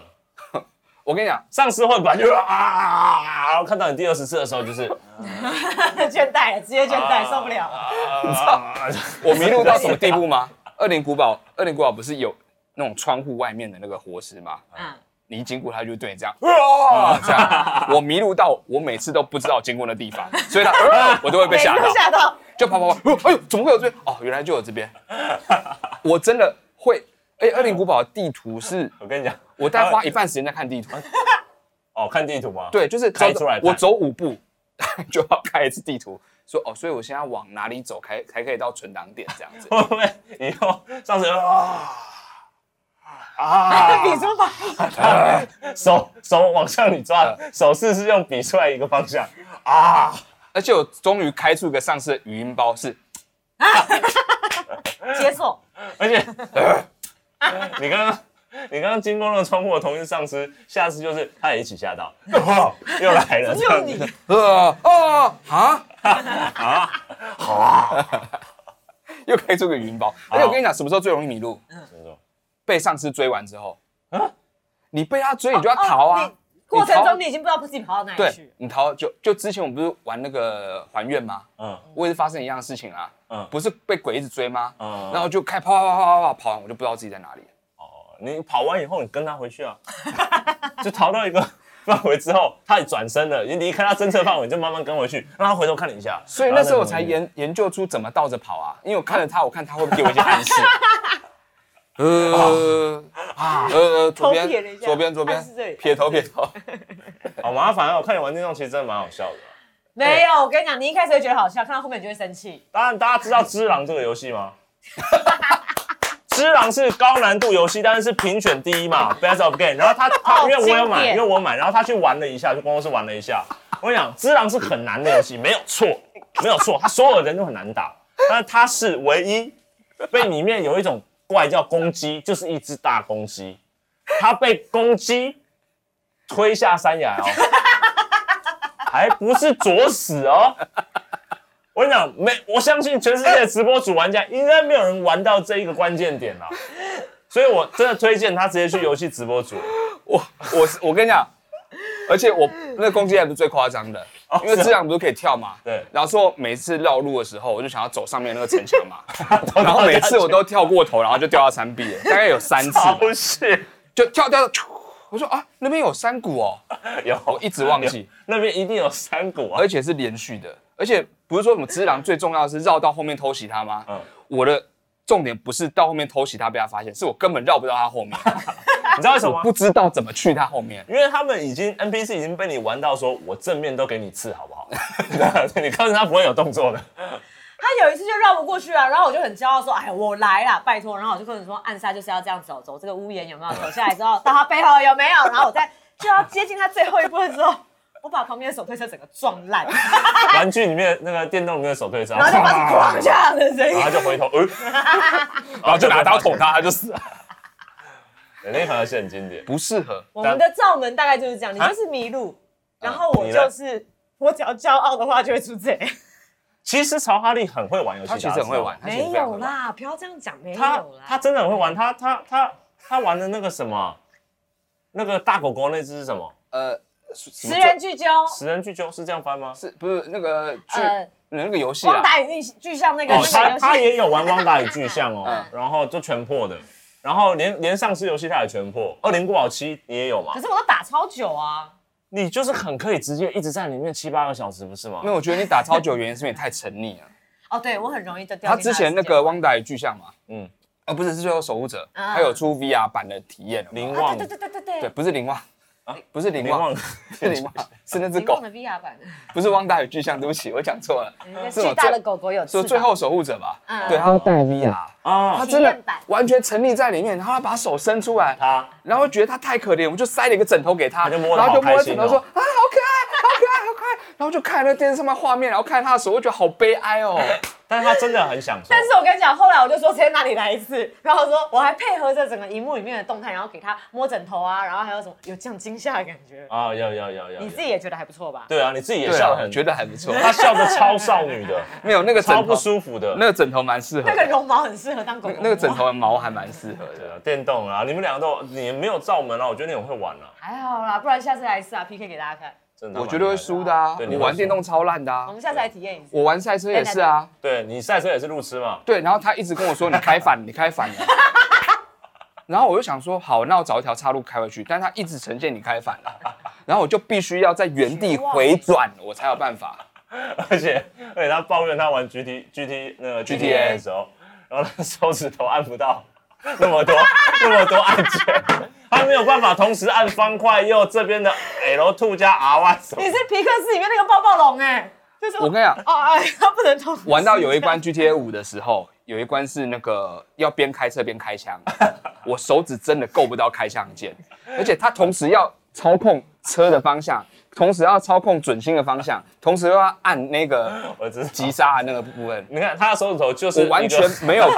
了，
我跟你讲，
丧尸会本来就啊，然后看到你第二十次的时候就是
倦怠了，职业倦
啊
怠，受不了了。
啊，
我迷路到什么地步吗？二零古堡，二零古堡不是有那种窗户外面的那个活石吗？
嗯，
你一经过它就对你这样，啊，这样，我迷路到我每次都不知道经过那地方，所以它、啊我都会被吓
每
到
次都。吓到，
就跑跑跑，哎呦哎呦，怎么会有这边？哦，原来就有这边。我真的会，哎，二零古堡的地图是
我跟你讲，
我大概花一半时间在看地图，
哦，看地图吗？，
对，就是
啊开
走
出来看
我走五步 就要开一次地图，说哦，所以我现在往哪里走，才才可以到存档点这样子。
会不会以后上次啊 啊，
比出吧，
手手往向你抓，手势是用比出来一个方向啊，
而且我终于开出一个上市的语音包，是
解锁。
而且 你刚刚。你刚刚经过那个窗户的同一丧尸，下次就是他也一起吓到，
哦
又来了，这 样
你
子
呃哦啊，
好啊，
又开出个语音包。而且我跟你讲，什么时候最容易迷路？被上司追完之后，你被他追，你就要逃啊。
哦你过程
你逃
中你已经不知道自己跑到哪里
对
去，
你逃就就之前我们不是玩那个还愿吗？
嗯
我也是发生一样的事情啊，
嗯，
不是被鬼一直追吗？
嗯
然后就开始跑跑跑跑跑跑完，我就不知道自己在哪里了。
哦，你跑完以后，你跟他回去啊， 就逃到一个范围之后，他也转身了，你离开他侦测范围，你就慢慢跟回去，让他回头看你一下。
所以那时候我才
然后再跟回去
研研究出怎么倒着跑啊，因为我看着他，我看他会不会给我一些暗示。呃啊呃，左
头撇了
边
一下
左边左
暗示这
边啊
里
撇头撇头，
好麻烦哦。我看你玩电动其实真的蛮好笑的。
没有。我跟你讲，你一开始会觉得好笑，看到后面你就会生气。
当然，大家知道《只狼》这个游戏吗？《只狼》是高难度游戏，但是是评选第一嘛，Best of Game。然后他他
哦
因为我有买，
经典
因为我有买，然后他去玩了一下，去公司玩了一下。我跟你讲，《只狼》是很难的游戏，没有错，没有错，他所有人都很难打，但是他是唯一被里面有一种怪叫公鸡，就是一只大公鸡，他被公鸡推下山崖哦，还不是啄死哦。我跟你讲，没，我相信全世界 的直播主玩家应该没有人玩到这一个关键点啦，所以我真的推荐他直接去游戏直 播组。
我我是我跟你讲，而且我那攻击还不是最夸张的，因为
是啊
这样哦不是可以跳嘛？
对
然后说每次绕路的时候，我就想要走上面那个城墙嘛，
然
然后每次我 都跳过头，然后就掉到山壁了，大概有三次，
超市
就跳掉。咻我说啊，那边有山谷哦，
有，
我一直忘记
有，那边一定有山谷啊
而。且是连续的，而且不是说什么只狼最重要的是绕到后面偷袭他吗？
嗯
我的重点不是到后面偷袭他被他发现，是我根本绕不到他后 面，
你知道为什么
我
吗
不？知道哎怎么去他后面。
因为他们已经 NPC 已经被你玩到说，我正面都给你刺，好不 好？你看着他不会有动作的。
他有一次就绕不过去啊，然后我就很骄傲说：“哎，我来啦，拜托！”然后我就跟你说，暗杀就是要这样哦走，走这个屋檐有没有？走下来之后，到他背后有没有？然后我在就要接近他最后一步的时候，我把旁边的手推车整个撞 烂，
玩具里面那个电动里面的手推车，
然后就发出哐下的声音
然。后就回头， 呃，
然后就拿刀捅他，他就死了。
对那一盘游戏很经典。
不适合，
我们的罩门大概就是这样，你就是迷路，然后我
啊你呢
就是我只要骄傲的话就会出这样。
其实曹哈利很会玩游戏，
他其实很会玩，。他其实
没
非常
有
会玩。
啦，不要这样讲，没有
他
啦。
他真的很会玩，他他他他玩的那个什么，那个大狗狗那只是什么？
呃，十
十人聚焦，
十人聚焦是这样翻吗？
是不是那个剧
呃
那个游戏
光
啊？
打与巨像那个
哦，
那
他
个
他
游戏，
也有玩汪达与巨像哦
嗯，
然后就全破的，然后连连丧尸游戏他也全破，二零古堡七你也有嘛
可？是我都打超久啊。
你就是很可以直接一直在里面七八个小时，不是吗
因为？我觉得你打超久，原因是因为你太沉溺了。
哦，对我很容易就掉
他
进的
之前那
世界
个汪达与巨像嘛，
嗯，
呃，不是，是最后守护者，
啊
它有出 VR 版的体验。有没有
林
啊，
旺
对对对对
对，
对，
不是林旺啊，不是林
林
旺
旺，
是林旺，是那只
你忘
狗，
的 VR 版 的，
不是汪大与巨像，对不起，我讲错了。
嗯那
是我
巨大
最
的狗狗有翅
说
膀，
最后守护者吧，
嗯
对，他带 VR，
啊
他，真的
体验版
完全沉溺在里面，然后他把手伸出来，
他
然后觉得他太可怜，我们就塞了一个枕头给他，
他就摸得
然后就
好开
摸着
心
枕
哦
头说啊，好可爱，好可爱，好可爱， 然后就看那电视上面画面，然后看他的手，我觉得好悲哀 哦。
但是他真的很享受。
但是我跟你讲，后来我就说直接那里来一次，然后说我还配合着整个荧幕里面的动态，然后给他摸枕头啊，然后还有什么有这样惊吓的感觉，
啊，要要要要，
你自
要
己也觉得还不错吧？
对啊，你自己也
对
笑
啊
得，很，
觉得还不错，
他笑的超少女的，
没有那个枕
超
头
不舒服的。
那个枕头蛮适合的，
那个绒毛很适合当狗狗
那
摸
那个枕头的毛还蛮适合
对
的。
啊，电动啊，你们两个都你没有照门啊，我觉得你很会玩啊，
还好啦，不然下次来一次啊，PK 给大家看。
真的。
我绝对会输的啊！
对
我玩电，
你会
动超烂的啊
我！们下次来体验一次。
我玩赛车也是啊，
输对你赛车也是路痴嘛，
对。然后他一直跟我说你开反，你开反了。 然后我就想说好，那我找一条岔路开回去，但他一直呈现你开反了，然后我就必须要在原地回转，我才有办法。
而且而且他抱怨他玩 G T G T 那个
GTA
的时候，然后他手指头按不到 那么多那么多按键，他没有办法同时按方块又这边的 L two 加 R Y 手
你。是皮克斯里面那个抱抱龙哎、就是
我跟你讲，
哦哎，他不能同时
玩到有一关 GTA 五的时候，有一关是那个要边开车边开枪，我手指真的够不到开枪键，而且它同时要操控车的方向，同时要操控准心的方向，同时又要按那个
我只是
急刹的那个部分，
你看他的手指头就是
我完全
一个
没有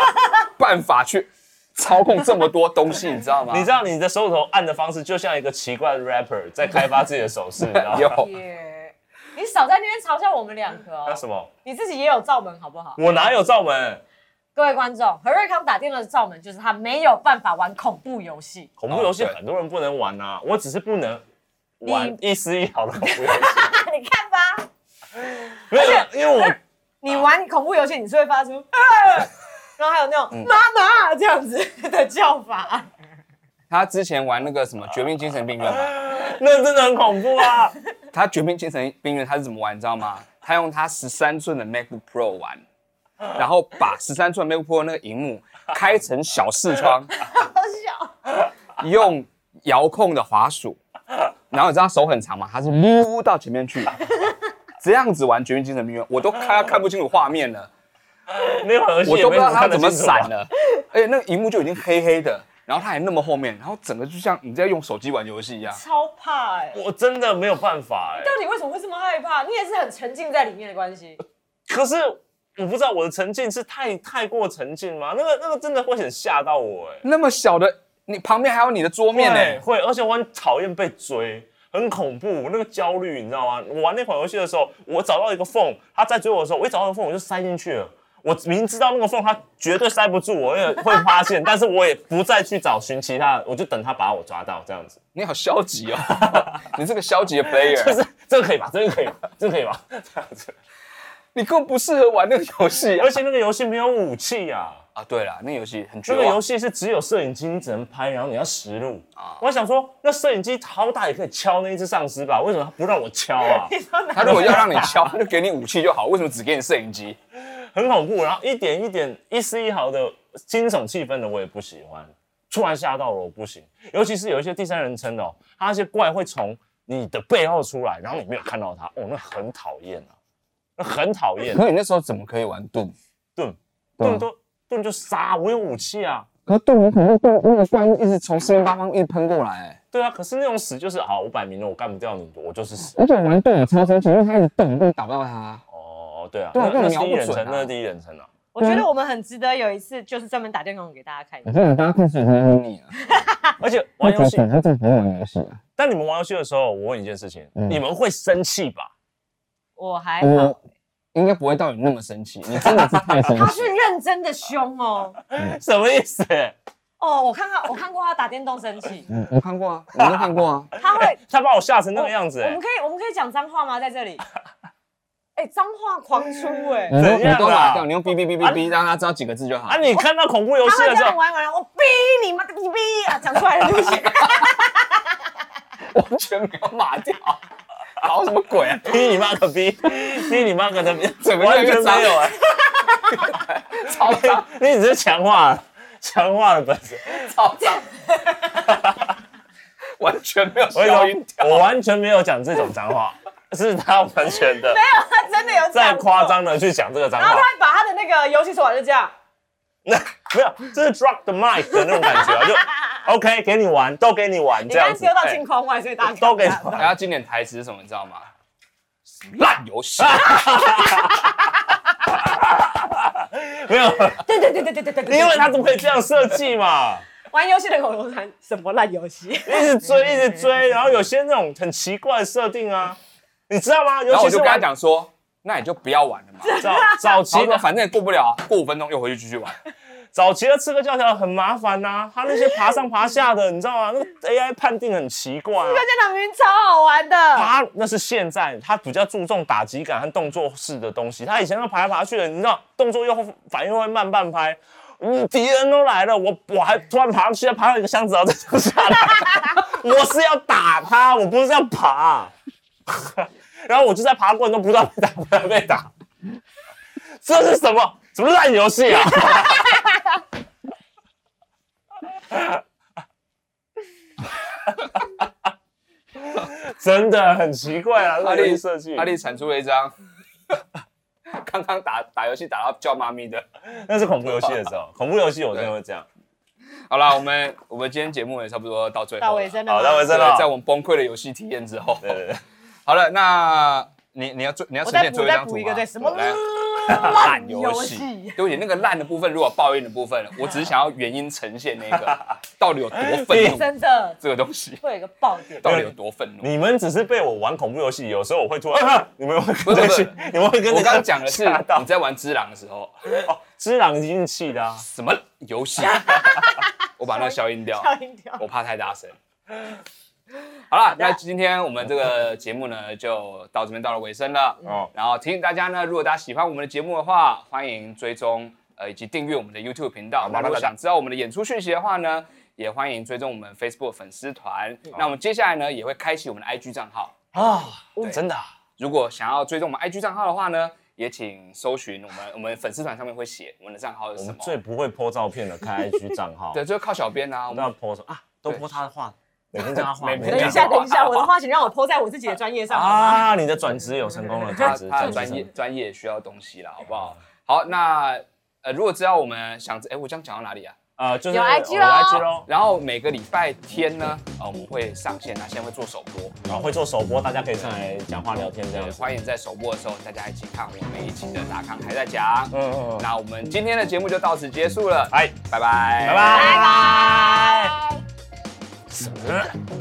办法去操控这么多东西，你知道吗？
你知道你的手指头按的方式，就像一个奇怪的 rapper 在开发自己的手势，你知道吗？
有
耶你少在那边嘲笑我们两个哦
那。什么？
你自己也有罩门好不好？
我哪有罩门？
各位观众，何瑞康打电话的罩门就是他没有办法玩恐怖游戏。
恐怖游戏
哦对
很多人不能玩啊，我只是不能玩一丝一毫的恐怖游戏。
你看吧，
没有，因为我
你玩恐怖游戏，你是会发出， 呃然后还有那种妈妈这 样子的叫法。
他之前玩那个什么《绝命精神病院》嘛，
那真的很恐怖啊！
他《绝命精神病院》他是怎么玩，你知道吗？他用他十三寸的 MacBook Pro 玩，然后把十三寸 MacBook Pro 那个荧幕开成小视窗，
好笑，
用遥控的滑鼠，然后你知道他手很长嘛，他是撸到前面去，这样子玩《绝命精神病院》，我都看看不清楚画面了。
那款游 戏
我
也
都不
没
知道
么
他
看得
怎么
清楚
闪
啊。
了，而且那个荧幕就已经黑黑的，然后他还那么后面，然后整个就像你在用手机玩游戏一样。
超怕哎、
我真的没有办法哎、
到底为什么会这么害怕？你也是很沉浸在里面的关 系。
欸可是我不知道我的沉浸是太太过沉浸吗？那个那个真的会很吓到我哎、
那么小的，你旁边还有你的桌面呢、
对会，而且我很讨厌被追，很恐怖，那个焦虑你知道吗？我玩那款游戏的时候，我找到一个缝，他在追我的时候，我一找到缝我就塞进去了。我明知道那个缝他绝对塞不住我，因为会发 现，但是我也不再去找寻其他的，我就等他把我抓到这样子。
你好消极哦， 你这个消极的 player，、
就是这 个可以吧？这个可以吧？这个可以吧？这样子。
你根本不适合玩那个游戏 啊
而！且那个游戏没有武器呀、啊，
啊，对了，那游戏很绝
那
望。
个游戏是只有啊摄影机，你只能拍，然后你要实录。我想说，那摄影机好歹也可以敲那一只丧尸吧？为什么他不让我敲啊？
他如果要让你敲， 那就给你武器就好，为什么只给你摄影机？
很恐怖，然后一点一点一丝一毫的惊悚气氛的我也不喜欢，突然吓到了我不行，尤其是有一些第三人称的、哦，它那些怪会从你的背后出来，然后你没有看到它，哦，那很讨厌啊，那很讨厌。
可你那时候怎么可以玩盾？
盾
对啊
盾都盾就杀，我有武器啊。
可盾很恐怖，盾那个怪物一直从四面八方一直喷过来、欸
对啊，可是那种死就是好，我摆明了我干不掉你，我就是死。
而且我玩盾我超生气，因为他一直动，我打不到他。
哦，对啊，
对啊
那
那
那
你
是第一
瞄不
人
准
称，
啊
那是第一人称啊。
我觉得我们很值得有一次就是专门打电话给大家看一下。
说你大家看谁很你啊？
而且玩游戏，
他这不会玩游戏啊。
但你们玩游戏的时候，我问一件事情，
嗯
你们会生气吧？
呃我还好
我，应该不会到你那么生气，你真的是太生
他
气
是。认真的凶哦。
什么意思？
哦，我看他，我看过他打电动生气，
嗯，我看过啊，你都看过 啊。
他会
他把我吓成那个样子、
我
哎
们可以我们可以讲脏话吗？在 这里？哎、脏话狂出哎、
你都
怎样啊
你都拿掉，你用哔哔哔哔哔，让他知道几个字就好
啊，。你看到恐怖游
他
戏
会
的
这
时
样
候，
玩一玩，我逼你妈，你逼啊！讲出来了，对 不起。
完全没有码掉， 搞什么鬼 啊？
逼你妈个逼，逼你妈个的逼，
整个
完全啊
就
没有哎、
超大，
你只是强化了，强化了本身。
超脏， 完全 没有
我跟
消音
你
调。
说，我完全没有讲这种脏话，是他完全的
他真的有这
再
样哦
夸。张的去讲这个脏
然后
话
他，还把他的那个游戏手腕就这样，
那没有，这是 drop the mic 的那种感觉啊， 就 OK，给你玩，都给你玩
你
这
刚
样
刚
子
丢，到
哎
镜框外，所以大家
都给你
看不到
然
玩，
后经典台词是什么，你知道吗？烂游戏，
没有，
对对对对对对对对，
因为他怎么可以这样设计嘛？
玩游戏的恐龙团什么烂游戏？
一直追，一直追，然后有些那种很奇怪的设定啊，你知道吗？尤
然后
其
我
是
就跟他
玩
讲说，那你就不要玩了嘛。
早 早
然
期
后说
的
反正也过不了啊，过五分钟又回去继续玩。
早期的刺客教条很麻烦呐、他那些爬上爬下的，你知道吗？那个 AI 判定很奇怪、啊。
关键他明明超好玩的，
他那是现在，他比较注重打击感和动作式的东西。他以前都爬来爬去的，你知道，动作又反应会慢半拍。嗯，敌人都来了，我我还突然爬上去，爬到一个箱子，然后再跳下来。 我是要打他，我不是要爬。然后我就在爬的过程中不断被打，不断被打。这是什么什么烂游戏啊！ 真的很奇怪啊，
阿
这个游
力
戏设计，
阿力产出了一张刚刚打打游戏打到叫妈咪的。
那是恐怖游戏的时候，恐怖游戏我真的会这样。
好啦，我们我们今天节目也差不多到最后了
到尾声了
好，
吗，
那 我
对
真
在
的，哦
我们崩溃的游戏体验之后，
对对对，
好了，那你你要最你要
我
呈
再
现
补
最后一
再
张
补
图
一个，
吗
对什么
来
烂
烂游戏，
戏？
有点那个烂的部分，如果抱怨的部分， 我只是想要原因呈现那个 到底有多愤 怒
真的
这个东西，
会有一个爆点，
到底有多愤怒？
你们只是被我玩恐怖游戏，有时候我会突然，啊 你们会
不
跟
是
着
不是
去，你们会跟着
我刚刚讲的是
吓到
你在玩《只狼》的时候，
哦，知狼已经气的啊，
什么游 戏？我把那个消音掉，
跳音跳。
我怕太大声。好了，
的
那今天我们这个节目呢，就到这边到了尾声了。
哦，
然后提醒大家呢，如果大家喜欢我们的节目的话，欢迎追踪呃以及订阅我们的 YouTube 频道。那
麻烦
如果
大家
想知道我们的演出讯息的话呢，也欢迎追踪我们 Facebook 粉丝团。
嗯
那我们接下来呢，也会开启我们的 IG 账号。
啊，
对
真的啊，
如果想要追踪我们 IG 账号的话呢，也请搜寻我们我们粉丝团上面会写我们的账号是
我
什
们
么。
最不会 po 照片的开 IG 账号，
对，，就是靠小编啊，我
都
们
要 po 什么啊？都
对
po 他的话，每天叫他画，
每
每
天
天
等一
叫
下，
他画
等一下，我的话请让我抛在我自己的专业上好吗？
啊，你的转职有成功了，
他
转职
他的
转
专
职成
业嗯
功
专业需要东西啦，好不好？好，那呃，如果知道我们想知，哎，我这样讲到哪里啊？
啊，就是
有 IG 咯
有 IG 咯，
然后每个礼拜天呢，呃，我们会上线，那现在会做首播，
啊，会做首播，大家可以上来讲话聊天这样
对，
子。
欢迎在首播的时候大家一起看我们一起的大康还在讲。
嗯嗯，嗯
那我们今天的节目就到此结束了，
哎，
拜拜，
拜拜。
拜。
什么？